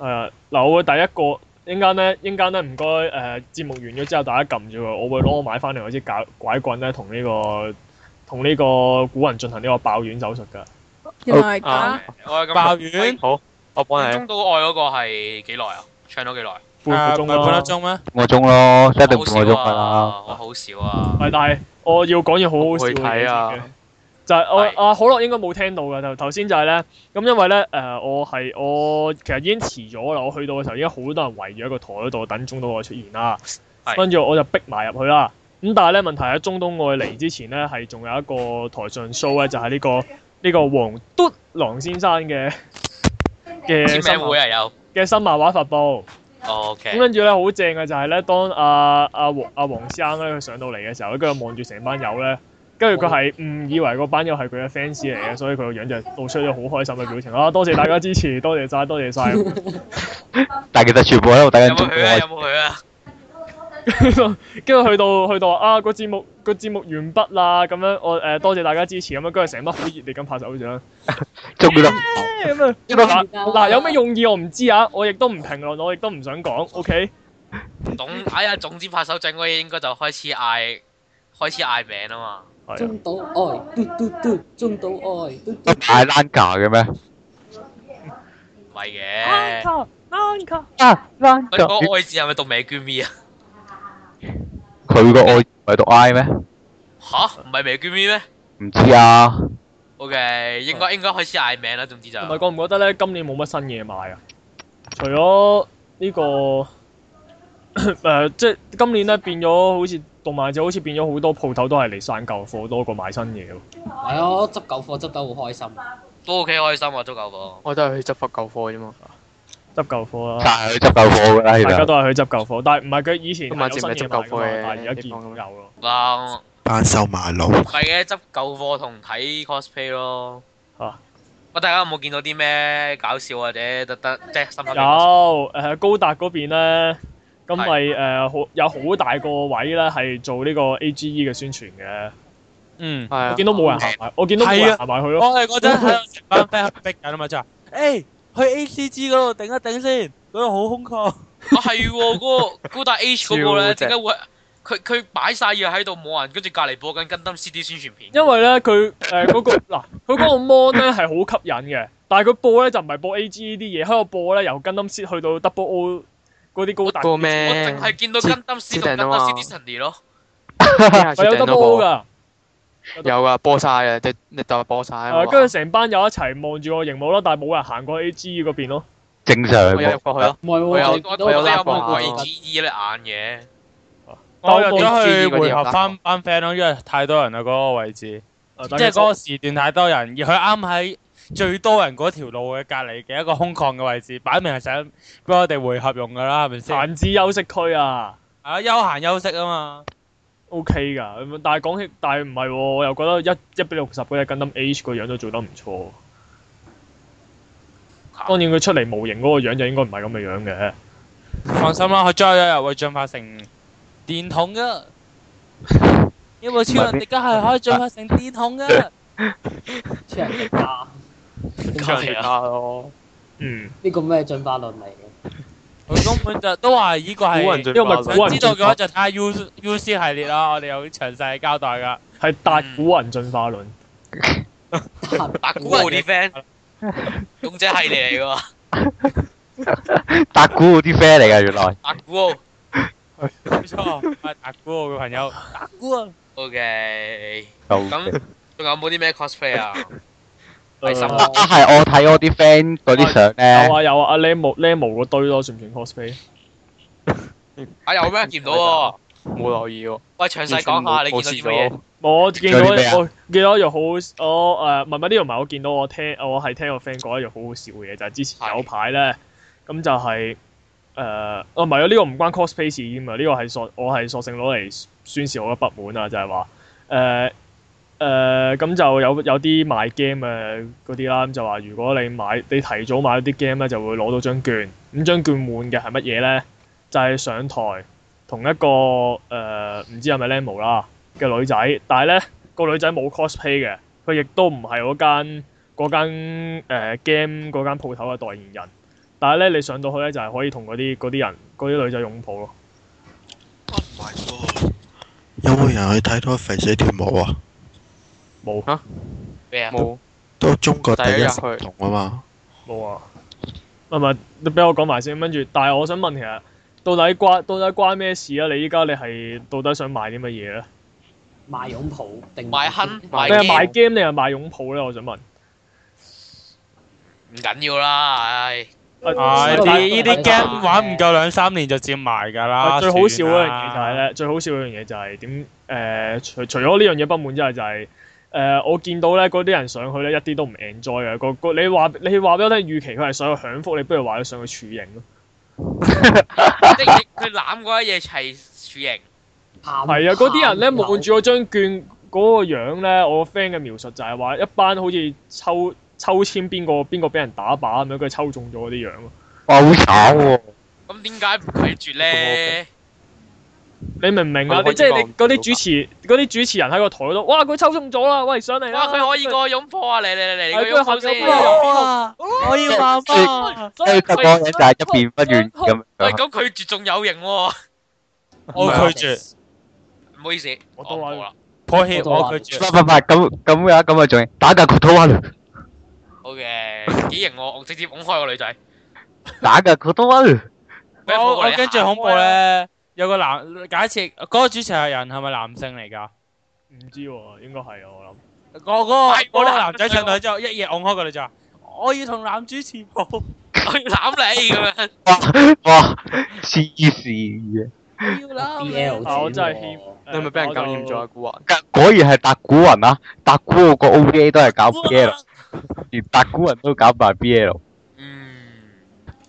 Speaker 2: 係啊，嗱，我會第一個一陣間咧，一陣間咧唔該誒節目完咗之後，大家撳住佢，我會攞我買翻嚟嗰支拐拐棍咧，同呢個同呢個古人進行呢個爆丸手術㗎。
Speaker 8: 原來係咁
Speaker 1: 啊。
Speaker 3: 然我咁
Speaker 6: 爆丸
Speaker 1: 好，我幫你
Speaker 3: 中島愛嗰個係幾耐啊？唱咗幾耐啊？
Speaker 2: 半個鐘
Speaker 6: 半粒
Speaker 2: 啦。
Speaker 6: 鐘咩？
Speaker 4: 半個鐘咯，一定
Speaker 3: 我好
Speaker 4: 半
Speaker 3: 少
Speaker 4: 個鐘
Speaker 3: 啊
Speaker 4: 㗎啦。
Speaker 3: 我好少啊。
Speaker 2: 係，但係我要講嘢好好笑
Speaker 1: 會睇啊
Speaker 2: 嘅嘢先嘅。就係我
Speaker 3: 係
Speaker 2: 啊，可樂應該冇聽到㗎。頭頭先就係咧，咁因為咧誒、我係我其實已經遲咗啦。我去到嘅時候，已經好多人圍住喺個台嗰度等中島愛出現啦。
Speaker 3: 係
Speaker 2: 跟住我就逼埋入去啦。咁但係咧問題喺中島愛嚟之前咧，係仲有一個台上 show 咧，就係、呢、個呢、個黃篤郎先生嘅嘅
Speaker 3: 簽
Speaker 2: 新
Speaker 3: 名會
Speaker 2: 漫
Speaker 3: 啊有。
Speaker 2: 嘅新漫畫發布。
Speaker 3: O
Speaker 2: 咁
Speaker 3: K。
Speaker 2: 跟住咧好正嘅就係咧，當阿阿黃阿黃生咧佢上到嚟嘅時候，跟住望住成班友咧，跟住佢係誤以為嗰班友係佢嘅 fans 嚟嘅，所以佢個樣就露出咗好開心嘅表情啊！多謝大家支持，多謝晒，多謝晒。
Speaker 4: 但係其實全部喺度等
Speaker 3: 有
Speaker 4: 緊中
Speaker 3: 冇佢啊？有
Speaker 4: 國。
Speaker 3: 冇佢啊？
Speaker 2: 跟住去到去到啊個節目個節目完畢啦，咁樣我誒、呃多謝大家支持咁樣，跟住成班好熱烈咁拍手掌。
Speaker 4: 中意到
Speaker 2: 咁樣嗱嗱有咩用意我唔知啊，我亦都唔評論，我亦都唔想講。OK，
Speaker 3: 總哎呀，總之拍手掌嗰嘢應該就開始嗌，開始嗌名啊嘛。
Speaker 2: 係啊
Speaker 5: 中島愛，嘟嘟嘟，中島愛，嘟嘟。
Speaker 4: 買 Lanka 嘅咩？
Speaker 3: 唔係嘅。
Speaker 4: 啊，Lanka
Speaker 3: 佢嗰個愛字係咪讀美娟咪啊？
Speaker 4: 佢個愛唔係讀 I 咩？
Speaker 3: 吓，唔係美娟咪咩
Speaker 4: 唔知啊。
Speaker 3: ？O K，應該應該開始嗌名啦，總之就
Speaker 2: 同埋覺唔覺得咧今年冇乜新嘢賣啊？除咗呢、個 誒、即係今年咧變咗好似動漫節，好似變咗好多鋪頭都係嚟散舊貨多過賣新嘢喎。
Speaker 5: 係啊，我執舊貨執得好開心。
Speaker 3: 都 O K 開心啊，足夠噃。
Speaker 1: 我都係去執法舊貨啫嘛。
Speaker 2: 執舊貨啦，
Speaker 4: 但係佢執夠貨㗎啦，其
Speaker 2: 大家
Speaker 4: 實。
Speaker 2: 都係去執舊貨，但係唔係佢以前
Speaker 1: 動漫
Speaker 2: 係
Speaker 1: 節
Speaker 2: 有新
Speaker 1: 咪
Speaker 2: 嘢
Speaker 1: 執
Speaker 2: 賣㗎
Speaker 1: 舊貨
Speaker 2: 嘛
Speaker 1: 嘅
Speaker 2: 但係而家見
Speaker 1: 地
Speaker 2: 唔
Speaker 1: 方
Speaker 2: 夠咯。
Speaker 3: 嗱，
Speaker 9: 班收馬路，
Speaker 3: 唔係嘅，執舊貨同睇 cosplay 咯。
Speaker 2: 嚇
Speaker 3: 喂，大家有冇見到啲咩搞笑或者特登即係哦深刻
Speaker 2: 有
Speaker 3: 嘅角色？
Speaker 2: 誒、高達嗰邊咧，咁咪誒
Speaker 1: 啊
Speaker 2: 好有好大個位咧係做呢個 AGE 嘅宣傳嘅。
Speaker 6: 嗯。
Speaker 1: 係
Speaker 2: 我
Speaker 1: 啊，
Speaker 2: 見到冇人行埋，我見到冇人行埋去咯。
Speaker 6: 我哋嗰陣喺度成班 friend 喺度逼緊啊嘛，就話：，誒，去 ACG 嗰度頂一頂先，嗰度好空曠。
Speaker 3: 啊係喎，嗰個高達 H 嗰個
Speaker 1: 超
Speaker 3: 咧，
Speaker 1: 正
Speaker 3: 點解會佢佢擺晒嘢喺度冇人，跟住隔離播緊《跟登 CD》宣傳片。
Speaker 2: 因為咧佢誒嗰個嗱，佢嗰個 mon 咧係好吸引嘅，但係佢播咧就唔係播 A G 啲嘢，喺度播咧由 Gundam Seed 去到 Double O 嗰啲高達，
Speaker 1: 個
Speaker 3: 我
Speaker 1: 咩？
Speaker 3: 淨係啊見到《跟登 CD》同《跟登 CD》Sunny 咯。
Speaker 1: 啊
Speaker 2: 係有 Double O 㗎。
Speaker 1: 有啊，播晒啊，你你就播晒啊
Speaker 2: 誒，
Speaker 1: 嘛。
Speaker 2: 跟住成班友一齊望住個熒幕咯，但係冇人行過 A G 嗰邊咯。
Speaker 4: 正常
Speaker 1: 我有入過去咯。
Speaker 5: 唔係喎，
Speaker 1: 我有
Speaker 5: 我
Speaker 3: 我
Speaker 5: 見
Speaker 3: 都
Speaker 5: 到
Speaker 1: 我
Speaker 3: 有
Speaker 1: 有拉
Speaker 5: 我
Speaker 3: 望
Speaker 1: 過
Speaker 3: 過
Speaker 1: 下
Speaker 3: A G E 咧眼
Speaker 6: 我約咗去回合翻班 friend 咯，因為太多人啦嗰個位置，
Speaker 2: 即
Speaker 6: 即係嗰個時段太多人，而佢啱喺最多人嗰條路嘅隔離嘅一個空曠嘅位置，擺明係想俾我哋回合用噶啦，係咪先？
Speaker 2: 閒置休息區啊
Speaker 6: 啊，休閒休息啊嘛。
Speaker 2: ，OK 㗎。咁啊但係講起，但係唔係喎，我又覺得一一比六十嗰隻 Gundam H 個樣都做得唔錯。當然佢出嚟模型嗰個樣就應該唔係咁嘅樣嘅。
Speaker 6: 放心啦，佢將有一日會進化成電筒 噶。因為超人迪加係可以進化成電筒噶。
Speaker 5: 出人哋家，
Speaker 1: 跟住
Speaker 2: 啊
Speaker 1: 其他咯，
Speaker 2: 嗯，
Speaker 5: 呢個咩進化論嚟嘅？
Speaker 6: 佢根本就都話呢個
Speaker 1: 古
Speaker 6: 係
Speaker 1: 人。最
Speaker 2: 啊呢個咪
Speaker 1: 爆
Speaker 2: 古
Speaker 6: 想
Speaker 2: 人
Speaker 6: 知道嘅話就睇下 U U C 系列啦，我哋有詳細嘅交代噶。
Speaker 2: 係達古人進化論。
Speaker 3: 白古豪啲 friend，勇者系列嚟噶，
Speaker 4: 達古嗰啲 friend 嚟㗎，原來。
Speaker 3: 白古豪。
Speaker 6: 冇錯，阿達古我嘅朋友，達古啊，
Speaker 3: O K，咁
Speaker 4: 咁
Speaker 3: 仲有冇啲咩 cosplay 啊？第十
Speaker 4: 啊
Speaker 3: 啦，
Speaker 4: 係我睇我啲 friend 嗰啲相
Speaker 2: 有
Speaker 4: 咧，
Speaker 2: 啊有啊，阿 Lemo Lemo 嗰堆咯，算唔算 cosplay？
Speaker 3: 啊有咩見到喎？
Speaker 1: 冇留意喎。
Speaker 3: 喂，詳細講啊下你見到啲乜嘢？
Speaker 2: 我見到
Speaker 4: 仲有啲咩啊
Speaker 2: 我見到一樣好我呃誒，唔係唔係呢度唔係我見到我聽我係聽個 friend 講一樣好好笑嘅嘢，就係、之前
Speaker 3: 係
Speaker 2: 有排咧，咁就係、誒、哦唔係啊，呢、個唔關 cosplay 事添啊，呢、個係索我係索性攞嚟宣示我嘅不滿啊，就係話誒誒咁就有有啲賣 game 嘅嗰啲啦，咁就話如果你買你提早買咗啲 game 咧，就會攞到張券，咁張券換嘅係乜嘢咧？就係、上台同一個誒呃唔、知係咪 Lemo 啦嘅女仔，但係咧個女仔冇 cosplay 嘅，佢亦都唔係嗰間嗰間、呃、game 嗰間鋪頭嘅代言人。但係咧，你上到去咧就係可以同嗰啲嗰啲人嗰啲女仔擁抱咯。
Speaker 9: My God 有冇人去睇到肥仔跳舞啊？
Speaker 2: 冇
Speaker 3: 咩啊？
Speaker 1: 冇
Speaker 9: 都中國第
Speaker 1: 第一
Speaker 9: 一
Speaker 1: 日
Speaker 9: 神童啊嘛，
Speaker 2: 冇啊！唔係唔係，你俾我講埋先，跟住，但係我想問其實到底關到底關咩事啊？你依家你係到底想賣啲乜嘢咧？
Speaker 5: 賣擁抱定
Speaker 3: 賣 坑賣
Speaker 2: 你
Speaker 3: 驚
Speaker 2: 係賣 game 定係賣擁抱咧？我想問。
Speaker 3: 唔緊要啦，唉，
Speaker 6: 啊
Speaker 2: 啊
Speaker 6: 呢
Speaker 5: 係
Speaker 6: 啲呢啲 game 玩唔夠兩三年就接埋㗎啦。
Speaker 2: 啊最好笑嗰樣
Speaker 6: 算
Speaker 2: 嘢
Speaker 6: 啦
Speaker 2: 就係咧，最好笑嗰樣嘢就係點誒？除除咗呢樣嘢不滿之外，就係、誒、我見到咧嗰啲人上去咧一啲都唔 enjoy 嘅。個個你話你話俾我聽，預期佢係想去享福，你不如話佢想去處刑咯。
Speaker 3: 即係佢攬嗰一嘢係樹形，
Speaker 2: 係啊，嗰啲人咧望住嗰張券嗰個樣咧，我 friend 嘅描述就係話一班好似抽抽籤邊個邊個俾人打靶咁樣，佢抽中咗嗰啲樣咯。
Speaker 4: 哇好慘喎！
Speaker 3: 咁點解唔拒絕咧？
Speaker 2: 你明唔明啊？
Speaker 1: 佢可
Speaker 2: 你
Speaker 1: 以
Speaker 2: 即係
Speaker 1: 幫
Speaker 2: 你嗰啲主持嗰啲主持人喺個台度，哇！佢抽中咗啦，喂上嚟啦！
Speaker 3: 哇，佢可以過去擁抱啊！嚟嚟嚟嚟，
Speaker 2: 係
Speaker 3: 你個擁抱
Speaker 2: 佢可以擁
Speaker 3: 先。
Speaker 2: 抱
Speaker 6: 啊我要媽媽。
Speaker 4: 跟住嗰個人就係一邊不願意咁
Speaker 3: 喂，
Speaker 4: 樣。
Speaker 3: 咁拒絕仲有型喎，
Speaker 6: 我拒絕，
Speaker 3: 唔好意思，
Speaker 2: 我都話
Speaker 3: 冇啦。
Speaker 6: 抱歉，
Speaker 5: 我都話
Speaker 6: 我拒
Speaker 4: 唔
Speaker 6: 絕。
Speaker 4: 係唔係咁咁嘅話，咁啊仲要打架 c o t o a l
Speaker 3: O K，幾型我，我直接拱開個女仔。
Speaker 4: 打架 c o t o a l
Speaker 3: 咩
Speaker 6: 我
Speaker 3: 抱
Speaker 6: 我
Speaker 3: 你
Speaker 6: 跟住
Speaker 3: 行
Speaker 6: 恐怖 咧，有個男，假設嗰個主持人係咪男性嚟㗎？
Speaker 2: 唔知喎，應該係啊，我諗。
Speaker 6: 我嗰個
Speaker 3: 係
Speaker 6: 嗰個
Speaker 3: 我男
Speaker 6: 男仔上台之後，一夜按開個女仔話：我要同男主持抱。
Speaker 3: 我要攬你咁樣。
Speaker 4: 哇黐線嘅，
Speaker 6: E
Speaker 5: D L
Speaker 2: 啊我真係欠
Speaker 5: 係
Speaker 1: 你係咪俾人感染咗啊？古惑
Speaker 4: 果然係達古人啊！達古個 OVA 都係搞 BL，連達古人都搞埋 BL
Speaker 3: 嗯，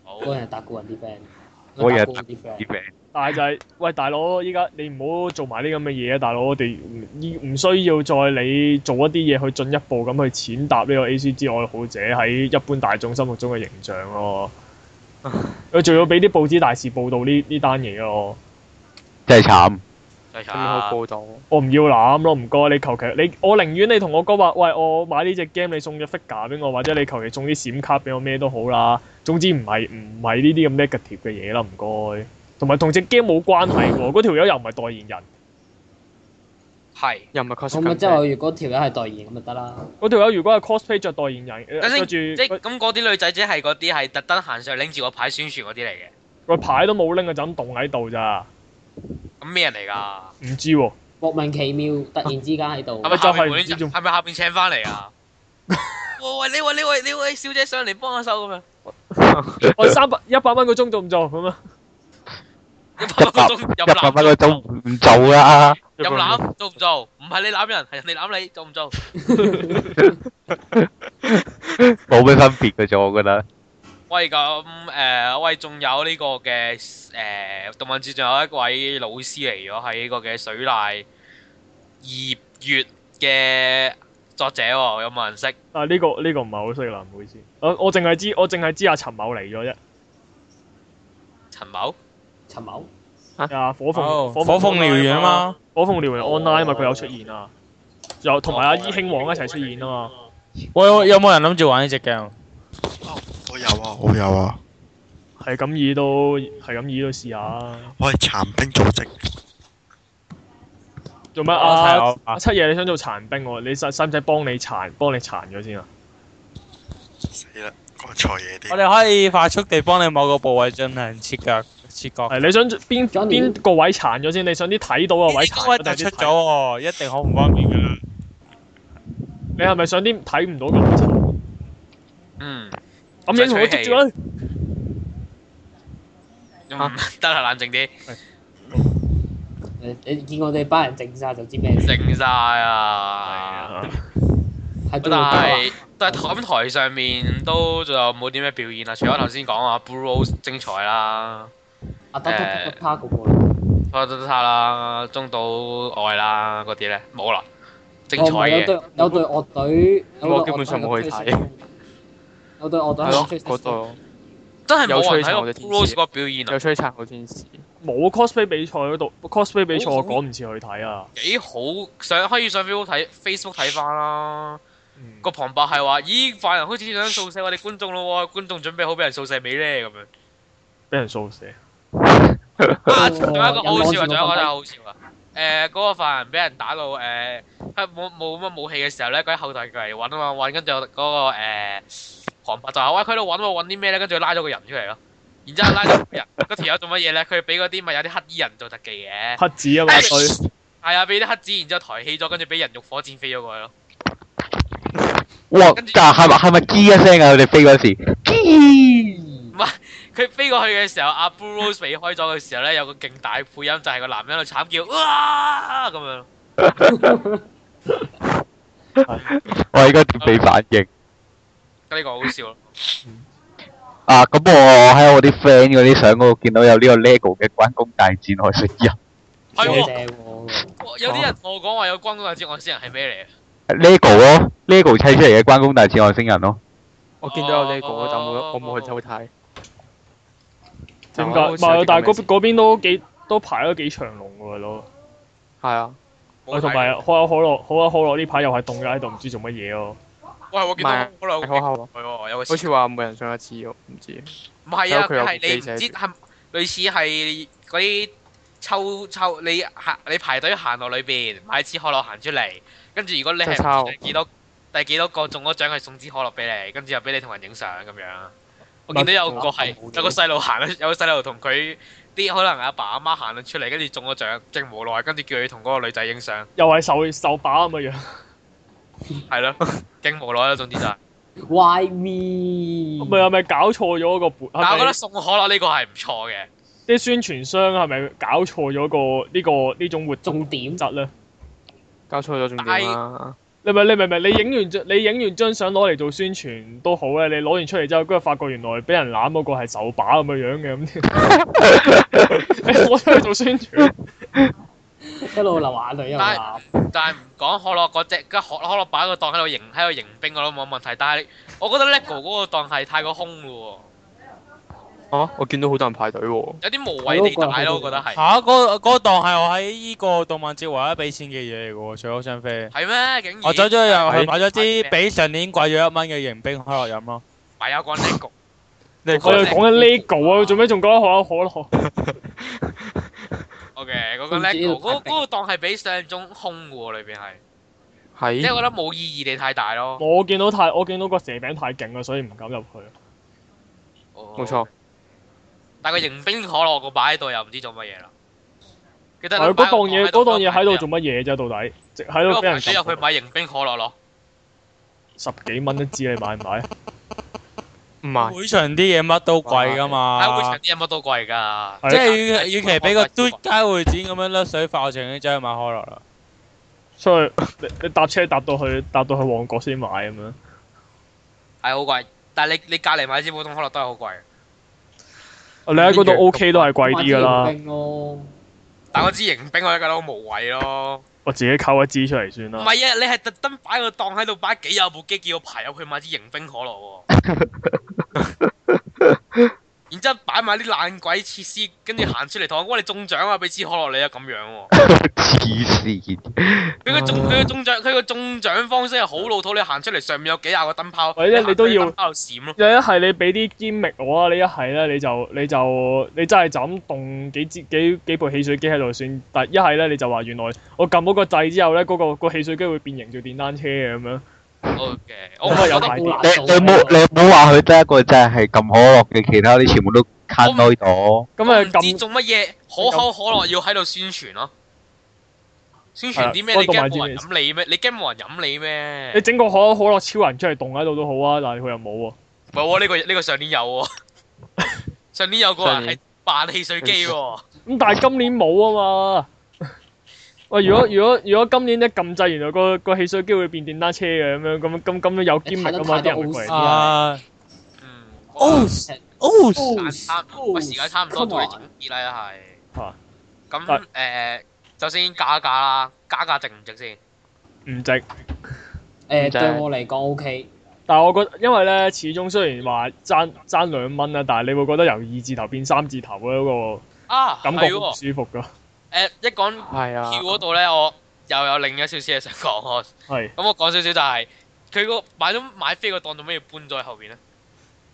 Speaker 3: 好。
Speaker 5: 嗰人係達古人啲 friend，
Speaker 4: 嗰人係
Speaker 5: 達古啲 friend
Speaker 4: 啲。名。
Speaker 2: 但係就係、喂，大佬，依家你唔好做埋啲咁嘅嘢啊！大佬，我哋唔依唔需要再你做一啲嘢去進一步咁去踐踏呢個 A C G 愛好者喺一般大眾心目中嘅形象 咯。佢仲要俾啲報紙大肆報導呢呢單嘢咯。
Speaker 4: 真係慘，
Speaker 3: 再
Speaker 2: 啊
Speaker 1: 咁樣去
Speaker 3: 查。
Speaker 1: 報導，
Speaker 2: 我唔要攬咯，唔該，你求其你，我寧願你同我講話，喂，我買呢只 game 你送隻 figure 俾我，或者你求其送啲閃卡俾我，咩都好啦。總之唔係唔係呢啲咁 negative 嘅嘢啦，唔該。同埋同只 game 冇關係喎，嗰條友又唔係代言人，
Speaker 3: 係。
Speaker 1: 又唔係 cos
Speaker 5: 咁啊咪即係我如果條友係代言咁咪得啦。
Speaker 2: 嗰條友如果係 cosplay 着代言人，
Speaker 3: 等
Speaker 2: 呃
Speaker 3: 先
Speaker 2: 着
Speaker 3: 即
Speaker 2: 住
Speaker 3: 係咁嗰啲女仔，即係嗰啲係特登行上拎住個牌宣傳嗰啲嚟嘅。
Speaker 2: 個牌都冇拎啊，就咁棟喺度咋，嗯
Speaker 3: 咁咩人嚟㗎？
Speaker 2: 唔知喎。
Speaker 5: 莫名其妙，突然之間喺度
Speaker 3: 係，
Speaker 2: 就
Speaker 3: 咪下
Speaker 2: 係
Speaker 3: 邊
Speaker 2: 唔
Speaker 3: 揾
Speaker 2: 知
Speaker 3: 人
Speaker 2: 仲
Speaker 3: 係咪下邊請翻嚟 啊？喂喂，呢位呢位呢位小姐上嚟幫下 手咁樣，
Speaker 2: 我三百一百蚊個鐘做唔做咁啊？
Speaker 4: 一百
Speaker 3: 入籃
Speaker 4: 一百蚊個鐘唔做啦，
Speaker 3: 入籃做唔做？唔係你攬人，係人哋攬你，做唔做？
Speaker 4: 冇咩分別嘅啫，我覺得。
Speaker 3: 喂咁誒，喂仲有呢個嘅誒動漫節，仲有一位老師嚟咗喺呢個嘅水瀨葉月嘅作者喎，有冇人識？
Speaker 2: 啊呢個呢個唔係好識啦，唔好意思。我我淨係知我淨係知阿陳某嚟咗啫，
Speaker 3: 陳某
Speaker 5: 陳某，
Speaker 2: 啊火
Speaker 6: 哦
Speaker 2: 鳳
Speaker 6: 火鳳燎原啊嘛，
Speaker 2: 火鳳燎原 online 嘛，佢有出現啊，有同埋阿伊興王一齊出現啊嘛。
Speaker 6: 喂，有有冇人諗住玩呢只 game？
Speaker 9: 我有啊，我有啊，
Speaker 2: 係咁意都係咁意都試下啊。
Speaker 9: 我係殘兵組織，
Speaker 2: 做咩
Speaker 6: 我睇
Speaker 2: 啊
Speaker 6: 我？
Speaker 2: 阿七爺你想做殘兵喎？你使使唔使幫你殘幫你殘咗先啊？
Speaker 9: 死啦，講錯嘢
Speaker 6: 我
Speaker 9: 啲。
Speaker 6: 哋可以快速地幫你某個部位進行切割切割。
Speaker 2: 係你想邊
Speaker 5: Johnny
Speaker 2: 邊個位殘咗先？你想啲睇到嘅位
Speaker 6: 呢
Speaker 2: 殘
Speaker 6: 個位
Speaker 2: 咗
Speaker 6: 突
Speaker 2: 定係啲
Speaker 6: 出咗
Speaker 2: 睇
Speaker 6: 喎，一定好唔方便噶啦。
Speaker 2: 你係咪想啲睇唔到嘅位殘？
Speaker 3: 嗯，
Speaker 2: 咁影同我捉住啦！
Speaker 3: 嗯 得啦，冷靜啲，
Speaker 5: 你你見我哋班人靜晒就知咩事，
Speaker 3: 靜
Speaker 2: 係
Speaker 3: 晒啊！
Speaker 2: 啊
Speaker 5: 係
Speaker 3: 但
Speaker 5: 中意打
Speaker 3: 係但係咁台上面都仲有冇啲咩表現啊？除咗頭先講啊 b r u c e 精彩啦，
Speaker 5: 阿得得得
Speaker 3: 誒
Speaker 5: 得卡嗰個，
Speaker 3: 花都差啦，中島愛啦嗰啲咧冇啦，精彩
Speaker 5: 哦唔係有
Speaker 3: 嘅
Speaker 5: 隊有隊樂隊，有
Speaker 1: 我
Speaker 5: 隊
Speaker 1: 基本上冇去睇
Speaker 5: 樂隊有隊樂隊
Speaker 1: 係咯
Speaker 5: 係，
Speaker 1: 嗰度
Speaker 3: 真係冇
Speaker 1: 有
Speaker 3: 人
Speaker 1: 摧殘
Speaker 3: 睇
Speaker 1: 我
Speaker 3: 過
Speaker 1: 哋
Speaker 3: b
Speaker 1: 天
Speaker 3: r u
Speaker 1: 使
Speaker 3: c e 個表現啊
Speaker 1: 有，吹殘好天使，
Speaker 2: 冇 cosplay 比賽嗰度，cosplay 比賽我趕唔切去睇啊！
Speaker 3: 幾好上可以上 Facebook 睇 Facebook 睇翻啦。
Speaker 2: 嗯
Speaker 3: 個旁白係話：咦，犯人好似想掃射我哋觀眾咯喎，觀眾準備好俾人掃射未咧？咁樣。
Speaker 2: 俾人掃射，
Speaker 3: 啊，仲有一個好笑啊！
Speaker 5: 人望住個
Speaker 3: 仲有一個
Speaker 5: 粉底
Speaker 3: 真係好笑啊！誒，嗰個犯人俾人打到誒，佢冇冇乜武器嘅時候咧，佢喺後台嚟揾啊嘛，揾跟住嗰個誒旁白就話：喂，佢喺度揾我揾啲咩咧？跟住拉咗個人出嚟咯。然之後拉咗個人， 嗰條友做乜嘢咧？佢俾嗰啲咪有啲黑衣人做特技嘅，
Speaker 2: 黑子啊嘛對，
Speaker 3: 係啊，俾啲黑子，然之後抬起咗，跟住俾人肉火箭飛咗過去咯。
Speaker 4: 哇！但係咪係咪吱一聲啊？佢哋飛嗰時，
Speaker 3: 嗯
Speaker 5: 咦
Speaker 3: 佢飛過去嘅時候，阿 Blue Rose 避開咗嘅時候咧，有個勁大配音，就係個男人喺度慘叫，哇咁樣。
Speaker 4: 我應該點俾反應？
Speaker 3: 咁呢個好笑咯。
Speaker 4: 啊，咁我喺我啲 friend 嗰啲相嗰度見到有呢個 LEGO 嘅關公大戰外星人
Speaker 3: 係
Speaker 5: 幾
Speaker 3: 喎，
Speaker 5: 正喎！
Speaker 3: 哇有啲人同我講話有關公大戰外星人係咩嚟啊？
Speaker 4: ，LEGO 咯，LEGO 砌出嚟嘅關公大戰外星人咯。
Speaker 1: 我見到有呢個，
Speaker 3: 哦
Speaker 1: 但冇我冇去走去睇。
Speaker 2: 點解？
Speaker 1: 就
Speaker 2: 唔
Speaker 1: 好似有啲
Speaker 2: 係，但係
Speaker 1: 咁嘅
Speaker 2: 嗰
Speaker 1: 事
Speaker 2: 嗰邊都幾都排咗幾長龍喎都。
Speaker 1: 係啊，
Speaker 2: 喂，同埋可口可樂，可口可樂呢排又係凍咗喺度，唔知做乜嘢咯。
Speaker 3: 喂，我見到
Speaker 1: 唔係啊
Speaker 3: 好耐
Speaker 1: 係可口
Speaker 3: 係喎，有個
Speaker 1: 好似話每人上一次喎，唔知。
Speaker 3: 唔係啊，
Speaker 1: 有佢有
Speaker 3: 佢係你唔
Speaker 1: 記
Speaker 3: 知
Speaker 1: 者
Speaker 3: 係類似係嗰啲抽抽你行你排隊行落裏邊買支可樂行出嚟，跟住如果你
Speaker 1: 即係抄
Speaker 3: 係幾多第幾多個中咗獎，佢送支可樂俾你，跟住又俾你同人影相咁樣。我見到有個係有個細路行咗，有個細路同佢啲可能阿爸阿媽行咗出嚟，跟住中咗獎，勁無奈，跟住叫佢同嗰個女仔影相，
Speaker 2: 又係受受把咁嘅
Speaker 3: 嗯
Speaker 2: 樣。
Speaker 3: 係咯，勁無奈啊啦，總之就係。
Speaker 5: Why me？
Speaker 2: 咪係咪搞錯咗個本？
Speaker 3: 但係我覺
Speaker 2: 係
Speaker 3: 得送可樂呢個係唔錯嘅。
Speaker 2: 咪啲宣傳商係咪搞錯咗個呢個呢種活動
Speaker 5: 重點
Speaker 2: 質咧？
Speaker 1: 交錯咗重點啊啦。
Speaker 2: 你咪你明唔明？你影完張你影完張相攞嚟做宣傳都好咧，你攞完出嚟之後，跟住發覺原來俾人攬嗰個係手把咁嘅樣嘅咁， 你攞出嚟做宣傳，
Speaker 5: 一路流眼淚一路鬧，
Speaker 3: 但係唔講可樂嗰只，跟可可樂擺個檔喺度迎喺度迎賓我都冇問題。但係我覺得 LEGO 嗰個檔係太過空咯
Speaker 1: 啊，我見到好多人排隊喎。
Speaker 3: 喎，有啲無謂地大咯，我覺得係。
Speaker 6: 嚇！嗰嗰檔係我喺呢個動漫節唯一俾錢嘅嘢嚟嘅喎，最好張飛。
Speaker 3: 係咩？竟然
Speaker 6: 我走咗又去
Speaker 1: 係
Speaker 6: 買咗支比上年貴咗一蚊嘅迎冰可樂飲咯。
Speaker 3: 買有講啊 LEGO，
Speaker 1: 呢
Speaker 2: 我哋
Speaker 1: 個
Speaker 2: 講緊 LEGO 啊，做咩仲講緊可口可樂？
Speaker 3: 我嘅嗰個
Speaker 5: 唔知
Speaker 3: LEGO
Speaker 5: 太
Speaker 3: 嗰
Speaker 5: 平
Speaker 3: 嗰個檔係比想象中空嘅喎，裏邊係，即係
Speaker 1: 喺
Speaker 3: 我覺得冇意義地太大咯。
Speaker 2: 我見到太我見到個蛇餅太勁啦，所以唔敢入去。
Speaker 1: 冇
Speaker 3: 冇
Speaker 1: 錯。，
Speaker 3: 但係個迎賓可樂個擺喺度又唔知做乜嘢啦。記得
Speaker 2: 係嗰檔嘢嗰檔嘢喺度做
Speaker 3: 做，
Speaker 2: 乜嘢啫？到底直喺
Speaker 3: 嗰
Speaker 2: 度
Speaker 3: 個
Speaker 2: 俾
Speaker 3: 排
Speaker 2: 人
Speaker 3: 隊入去買迎賓可樂咯。
Speaker 2: 十幾蚊一支，你買唔買？
Speaker 1: 唔係
Speaker 6: 會場啲嘢乜都貴噶
Speaker 3: 喺會場
Speaker 6: 嘛。
Speaker 3: 啲嘢乜都貴㗎。啊
Speaker 6: 即
Speaker 2: 啊係
Speaker 6: 係與與其俾個嘟街會展咁樣甩水化，我情願走去買可樂啦。
Speaker 2: 所以 你你搭車搭到去搭到去旺角先買咁樣。
Speaker 3: 係好貴，但係你你隔離買支普通可樂都係好貴。
Speaker 2: 你喺嗰度
Speaker 1: 呢樣
Speaker 2: OK 都係貴啲㗎
Speaker 5: 買
Speaker 2: 啦
Speaker 5: 支，傭兵咯，
Speaker 3: 但我支迎賓我都覺得好無謂咯。
Speaker 2: 我自己溝一支出嚟算
Speaker 3: 唔
Speaker 2: 啦。
Speaker 3: 係啊，你係特登擺個檔喺度擺 幾有部機，叫我排入去買支迎賓可樂喎。然之後擺埋啲爛鬼設施，跟住行出嚟同我講：，哇！你中獎啊，俾支可樂你啊，咁樣喎。
Speaker 4: 黐線，
Speaker 3: 佢
Speaker 2: 嗯
Speaker 3: 個中佢個中獎佢個中獎方式係好老土，你行出嚟上面有幾廿個燈泡，
Speaker 2: 或者啊你都要
Speaker 3: 燈泡閃咯。
Speaker 2: 你一係你俾啲堅力我啊，你一係咧你就你就你真係就咁動幾支幾幾部汽水機喺度算，但一係咧你就話原來我撳嗰個掣之後咧，嗰、個、個汽水機會變形做電單車嘅咁樣。
Speaker 3: O K，我唔
Speaker 2: 咁啊
Speaker 3: 覺
Speaker 2: 有
Speaker 3: 得
Speaker 2: 排
Speaker 5: 好難
Speaker 4: 你
Speaker 5: 做
Speaker 4: 你冇你冇話佢得一個真係撳可樂嘅，其他啲全部都卡耐咗。
Speaker 2: 咁
Speaker 3: 我
Speaker 2: 啊
Speaker 3: 唔知
Speaker 2: 撳
Speaker 3: 做乜嘢可口可樂要喺度宣傳咯。宣傳啲咩？
Speaker 2: 係啊
Speaker 3: 你驚
Speaker 2: 安度買
Speaker 3: 冇人
Speaker 2: 支
Speaker 3: 飲你咩？你驚冇人飲你咩？
Speaker 2: 你整個可口可樂超人出嚟動喺度都好啊，但係佢又冇喎。
Speaker 3: 唔係喎，呢、個呢、個上年有 喎、上年有個人係扮汽水機喎、
Speaker 2: 咁但係今年冇啊嘛。喂，
Speaker 3: 哦
Speaker 2: 如果如果如果今年一撳掣，原來個個汽水機會變電單車嘅咁樣，咁咁咁樣有堅力啊嘛，啲人會過嚟。
Speaker 6: 啊，
Speaker 3: 嗯，
Speaker 6: 哦
Speaker 2: Oh，
Speaker 6: 哦，
Speaker 3: 時間差唔多，喂時間差唔多到你總結啦，一係
Speaker 2: 啊。
Speaker 3: 咁誒
Speaker 2: 係、
Speaker 3: 首先加價啦，加價值唔值先？
Speaker 2: 唔值。
Speaker 5: 誒
Speaker 1: 就
Speaker 5: 對
Speaker 1: 係
Speaker 5: 我嚟講 OK，
Speaker 2: 但係我覺得，因為咧，始終雖然話爭爭兩蚊啊啦，但係你會覺得由二字頭變三字頭咧，嗰、
Speaker 3: 啊，
Speaker 2: 個感覺
Speaker 3: 係
Speaker 2: 好
Speaker 3: 喎
Speaker 2: 唔、舒服㗎。
Speaker 3: 誒一講
Speaker 1: 係啊
Speaker 3: Q，嗰度咧，我又有另一少少嘢想講喎。
Speaker 2: 係
Speaker 3: 咁我講少少就係、佢個買咗買飛個檔做咩要搬咗喺後邊咧？
Speaker 1: 哦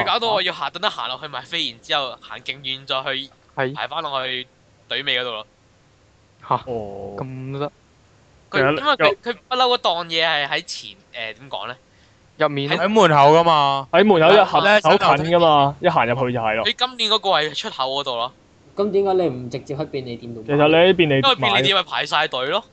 Speaker 3: 佢搞到我要下等得行落去買飛，然之後行勁遠再去
Speaker 1: 哦係
Speaker 3: 排翻落去隊尾嗰度咯。
Speaker 2: 哦，
Speaker 1: 咁得
Speaker 3: 佢
Speaker 2: 有
Speaker 3: 因為佢
Speaker 2: 有
Speaker 3: 佢不嬲嗰檔嘢係喺前誒點講咧？
Speaker 1: 入面
Speaker 6: 喺門口噶嘛，
Speaker 2: 喺門口一
Speaker 3: 係
Speaker 2: 行
Speaker 6: 咧
Speaker 2: 手近㗎嘛，一行入去就係咯。
Speaker 3: 佢今年嗰個係出口嗰度咯，
Speaker 5: 咁點解你唔直接喺便利店度買？
Speaker 2: 其實你喺便利
Speaker 3: 因為
Speaker 2: 店
Speaker 3: 便利
Speaker 2: 買，
Speaker 3: 店咪排晒隊咯。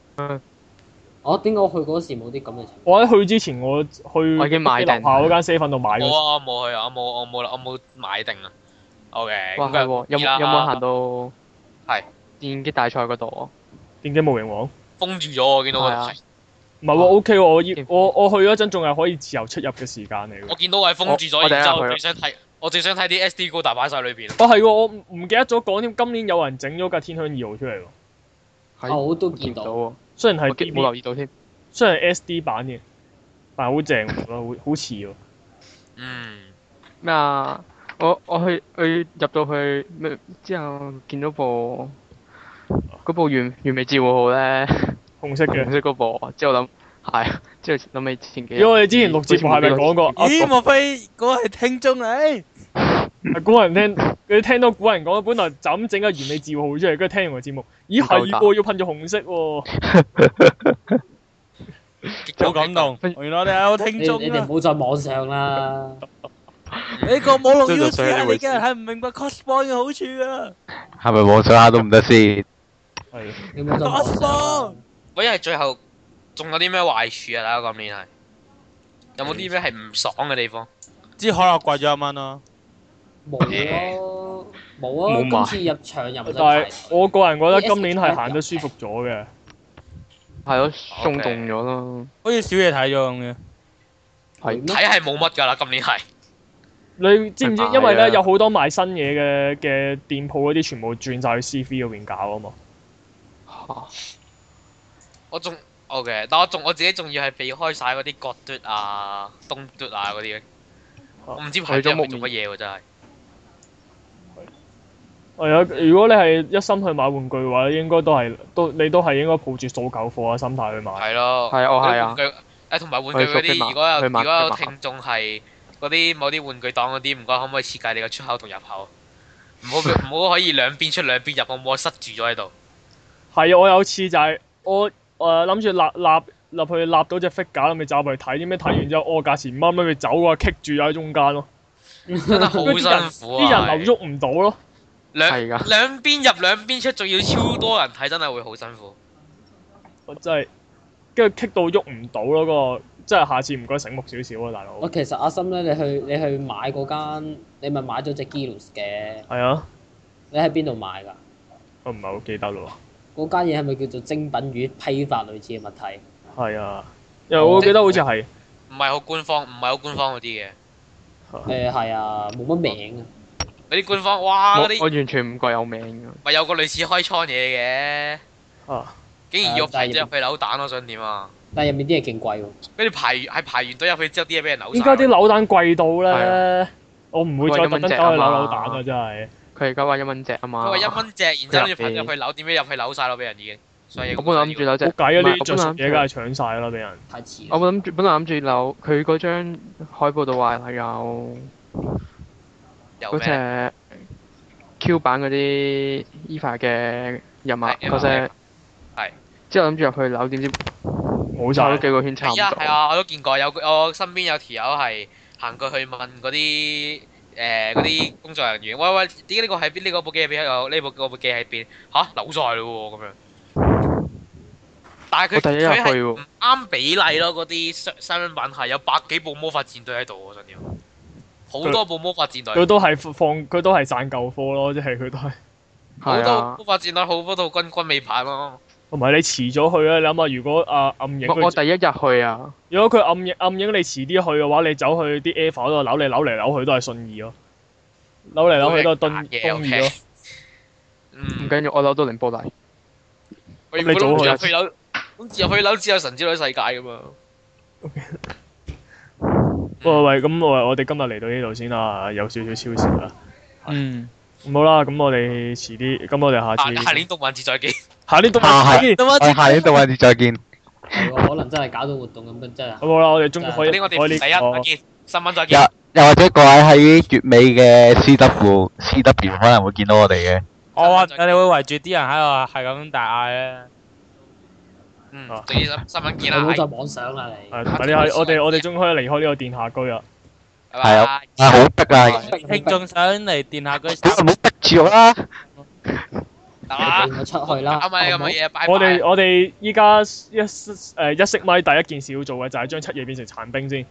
Speaker 5: 我點解我去嗰時冇啲咁嘅情況？
Speaker 2: 我喺去之前我去我
Speaker 1: 已經買定
Speaker 2: 下嗰間 C 粉度買
Speaker 3: 冇
Speaker 2: 咗。
Speaker 3: 啊，我冇去啊，我冇我冇我冇買定啊。O K，
Speaker 1: 哇係喎，有冇有冇行到係
Speaker 3: 係
Speaker 1: 電擊大賽嗰度啊？
Speaker 2: 電機模型王。
Speaker 3: 封住咗我見到
Speaker 1: 係啊
Speaker 3: 個，
Speaker 2: 唔係喎，OK 喎，我要
Speaker 1: 嗯
Speaker 2: 我我去嗰陣仲係可以自由出入嘅時間嚟
Speaker 3: 我
Speaker 2: 嘅。
Speaker 3: 見到我係封住
Speaker 1: 我
Speaker 3: 咗，
Speaker 1: 我第一
Speaker 3: 然之後
Speaker 1: 入去
Speaker 3: 我
Speaker 1: 啊
Speaker 3: 最想睇我最想睇啲 S D 高達擺晒裏邊。
Speaker 2: 哦，係喎，我唔唔記得咗講添，今年有人整咗架天香二號出嚟喎，
Speaker 1: 係
Speaker 5: 啊，我都
Speaker 1: 見
Speaker 5: 見
Speaker 1: 唔
Speaker 5: 到
Speaker 1: 到。喎，
Speaker 2: 雖然係
Speaker 1: 我見冇
Speaker 2: DB，
Speaker 1: 留意到添。
Speaker 2: 雖然係 SD 版嘅，但係好正喎，好好似喎。
Speaker 3: 嗯，
Speaker 1: 咩啊？我我去去入到去咩之後見到部嗰部完完美照號咧，
Speaker 2: 紅色
Speaker 1: 紅
Speaker 2: 嘅。
Speaker 1: 色嗰部，之後諗係，之後諗起前幾日。
Speaker 2: 如果我哋之前錄節目係咪講過？啊
Speaker 6: 咦？莫非嗰個係聽眾嚟？
Speaker 2: 古人聽佢聽到古人講，本來就咁整個完美字號出嚟，跟住聽完個節目，咦
Speaker 1: 唔夠
Speaker 2: 係
Speaker 1: 膽
Speaker 2: 喎，要噴咗紅色喎。
Speaker 3: 極
Speaker 6: 好
Speaker 3: 度
Speaker 6: 感動！原來你係我聽
Speaker 5: 你
Speaker 6: 眾
Speaker 5: 你哋
Speaker 6: 啊
Speaker 5: 唔！好再網上啦，
Speaker 6: 你個冇錄
Speaker 1: 即係就
Speaker 6: U
Speaker 1: 想
Speaker 6: T 啊，
Speaker 1: 呢回
Speaker 6: 你
Speaker 1: 事
Speaker 6: 嘅人係唔明白 cosplay 嘅好處啊！
Speaker 4: 係咪網上下都唔得先？
Speaker 2: 係
Speaker 5: 你唔好再網上啦。
Speaker 3: 喂，因為最後仲有啲咩壞處啊？大家今年係有冇啲咩係唔爽嘅地方？
Speaker 6: 支可樂貴咗一蚊咯，
Speaker 5: 冇啊，冇
Speaker 1: 冇
Speaker 5: 啊！
Speaker 1: 買
Speaker 5: 今次入場又唔
Speaker 2: 但
Speaker 5: 使
Speaker 2: 係
Speaker 5: 排隊。
Speaker 2: 我個人覺得今年係行得舒服咗嘅。
Speaker 1: 係咯，鬆動咗咯。
Speaker 6: 好似小嘢睇咗咁嘅。
Speaker 1: 係
Speaker 5: 咩
Speaker 3: 睇係冇乜㗎啦，今年係。
Speaker 2: 你知唔知
Speaker 1: 去？買
Speaker 2: 因為
Speaker 1: 啊
Speaker 2: 咧有好多賣新嘢嘅嘅店鋪嗰啲，全部轉晒去 CV 嗰邊搞啊嘛。
Speaker 1: 嚇
Speaker 3: 我仲 OK，但我仲我自己仲要係避開晒嗰啲角嘟啊、東嘟啊嗰啲嘅，
Speaker 1: 哦
Speaker 3: 我唔知排咗目做乜嘢喎，真係。
Speaker 2: 係啊，如果你係一心去買玩具嘅話，應該都係都你都係應該抱住掃舊貨嘅啊心態去買。
Speaker 3: 係咯。
Speaker 1: 係啊我係啊
Speaker 3: 嗰啲玩具。誒同埋玩具嗰
Speaker 1: 去 Shopee
Speaker 3: 啲，
Speaker 1: 買
Speaker 3: 如果有
Speaker 1: 去
Speaker 3: 如
Speaker 1: 買
Speaker 3: 果有
Speaker 1: 去買
Speaker 3: 聽眾係嗰啲某啲玩具檔嗰啲，唔該可唔可以設計你嘅出口同入口？唔好唔好可以兩邊出兩邊入，我冇塞住咗喺度。
Speaker 2: 係啊，我有次就係、我誒諗住立立入去立到只 figure，諗住走入去睇，點解睇完之後，我價錢唔啱，諗住走啊，棘住喺中間咯，
Speaker 3: 真係好
Speaker 2: 跟住啲人
Speaker 3: 辛苦啊！
Speaker 2: 啲人流喐唔到咯。
Speaker 3: 兩
Speaker 1: 係㗎，
Speaker 3: 兩邊入兩邊出，仲要超多人睇，真係會好辛苦。
Speaker 2: 我真係跟住棘到喐唔到咯，嗰、個真係下次唔該醒目少少啊，大佬。
Speaker 5: 哦我其實阿森咧，你去你去買嗰間，你咪買咗只 Gilus 嘅，
Speaker 2: 係啊，
Speaker 5: 你喺邊度買㗎？
Speaker 2: 我唔係好記得咯
Speaker 5: 嗰間嘢係咪叫做精品魚批發類似嘅物體？
Speaker 2: 喎。係啊，因為我記得好似係。
Speaker 3: 唔係好官方，唔係好官方嗰啲嘅。
Speaker 5: 誒係啊，冇乜名啊。
Speaker 3: 嗰啲官方，哇！嗰
Speaker 1: 我我
Speaker 3: 啲
Speaker 1: 完全唔覺有名㗎。
Speaker 3: 咪有個類似開倉嘢嘅，
Speaker 2: 啊，
Speaker 3: 竟然要
Speaker 5: 啊但
Speaker 3: 排
Speaker 5: 係
Speaker 3: 只入去扭蛋，我想點啊？
Speaker 5: 但係入面啲嘢勁貴喎。
Speaker 3: 跟住排完係排完隊入去之後，啲嘢俾人扭晒。
Speaker 2: 依家啲扭蛋貴到
Speaker 1: 啊係啊
Speaker 2: 咧，我唔會再特登走去扭扭蛋啊！真係。
Speaker 1: 佢而家話一蚊隻啊嘛。
Speaker 3: 佢話一蚊隻，然之後跟住噴入去扭，點知入去扭晒咯，俾人已經。所以
Speaker 1: 我本來諗住扭隻，
Speaker 2: 冇計啊！
Speaker 1: 唔係
Speaker 2: 呢啲着數嘢梗係搶晒啦，俾人。
Speaker 5: 太遲
Speaker 1: 我
Speaker 5: 啦。
Speaker 1: 本諗住，本來諗住扭佢嗰張海報度話有
Speaker 3: 有
Speaker 1: 嗰
Speaker 3: 咩？
Speaker 1: 隻 Q 版嗰啲 EVA 嘅人物
Speaker 3: 係啊
Speaker 1: 嗰隻，
Speaker 3: 係
Speaker 1: 之後諗住入去扭，點知
Speaker 2: 冇
Speaker 1: 差咗
Speaker 2: 晒。
Speaker 1: 幾個圈差唔
Speaker 3: 係啊，係
Speaker 1: 多。
Speaker 3: 啊，我都見過有我身邊有條友係行過去問嗰啲誒嗰啲工作人員，喂喂，點解呢個喺邊？呢個部機喺邊？呢部嗰部機喺邊？吓，扭晒咯喎咁樣。但係佢
Speaker 1: 我第一日
Speaker 3: 佢係
Speaker 1: 去喎
Speaker 3: 唔啱比例咯，嗰啲商商品版係有百幾部魔法戰隊喺度喎，真要好多部魔法戰隊
Speaker 2: 佢。都係放，佢都係賺舊貨咯，即係佢都係。
Speaker 3: 好
Speaker 1: 係
Speaker 3: 多
Speaker 1: 啊
Speaker 3: 魔，法戰隊好多套軍軍美版咯，
Speaker 2: 同埋你遲咗去啊！你諗下，如果啊暗影
Speaker 1: 我我
Speaker 2: 佢，
Speaker 1: 第一日去啊，
Speaker 2: 如果佢暗影暗影你遲啲去嘅話，你走去啲 a i r 度扭嚟扭嚟扭去都係信義咯，扭嚟扭去都係敦
Speaker 3: 都係假嘢
Speaker 2: 東義 咯
Speaker 3: OK。嗯 Ừ.
Speaker 1: 唔，緊要，我扭到零波大。
Speaker 3: 我原
Speaker 2: 你
Speaker 3: 本
Speaker 2: 早
Speaker 3: 諗住
Speaker 2: 去
Speaker 3: 入
Speaker 2: 啊
Speaker 3: 去樓，諗住入去樓只有神之女世界噶嘛。
Speaker 2: 喂喂，咁我我哋今日嚟到呢度先啦，有少少超時啦。
Speaker 6: 嗯，
Speaker 2: 咁好啦，咁我哋遲啲，咁我哋下
Speaker 3: 下
Speaker 2: 次
Speaker 3: 啊下年動漫節再見。
Speaker 2: 下年都
Speaker 4: 啊係
Speaker 6: 咁
Speaker 4: 我哋下年動漫節再見。
Speaker 5: 係喎，可能真係搞到活動咁樣，真係
Speaker 2: 咁好啦，我哋終於可以
Speaker 3: 啊下年我哋
Speaker 2: 開
Speaker 3: 第一
Speaker 2: 呢啊
Speaker 3: 再
Speaker 2: 個
Speaker 3: 見，新聞再
Speaker 4: 又
Speaker 3: 見。
Speaker 4: 又或者各位喺月尾嘅 C W C W 可能會見到我哋嘅。
Speaker 6: 我話你會圍住啲人喺度係咁大嗌咧。
Speaker 3: 嗯
Speaker 2: 啊，
Speaker 3: 仲要新新聞見
Speaker 5: 唔好再
Speaker 3: 啦，
Speaker 5: 妄想啦你。
Speaker 2: 係，但係我哋我哋終於可以離開呢個殿下居啦。
Speaker 3: 拜
Speaker 4: 係
Speaker 3: 拜
Speaker 4: 啊。啊，好逼啊！
Speaker 6: 聽眾想嚟電下佢，
Speaker 4: 唔好逼住我啦。
Speaker 3: 得啦
Speaker 5: 你，俾我出去
Speaker 3: 啱
Speaker 5: 啦。
Speaker 3: 啊！咁嘅嘢，拜拜。
Speaker 2: 我哋我哋依家一誒一色米第一件事要做嘅就係將七夜變成殘兵先。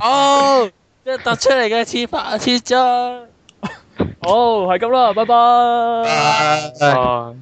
Speaker 6: 哦，即係突出嚟嘅黐法黐咗。
Speaker 2: 好，係咁啦，拜拜。
Speaker 4: 啊
Speaker 1: 啊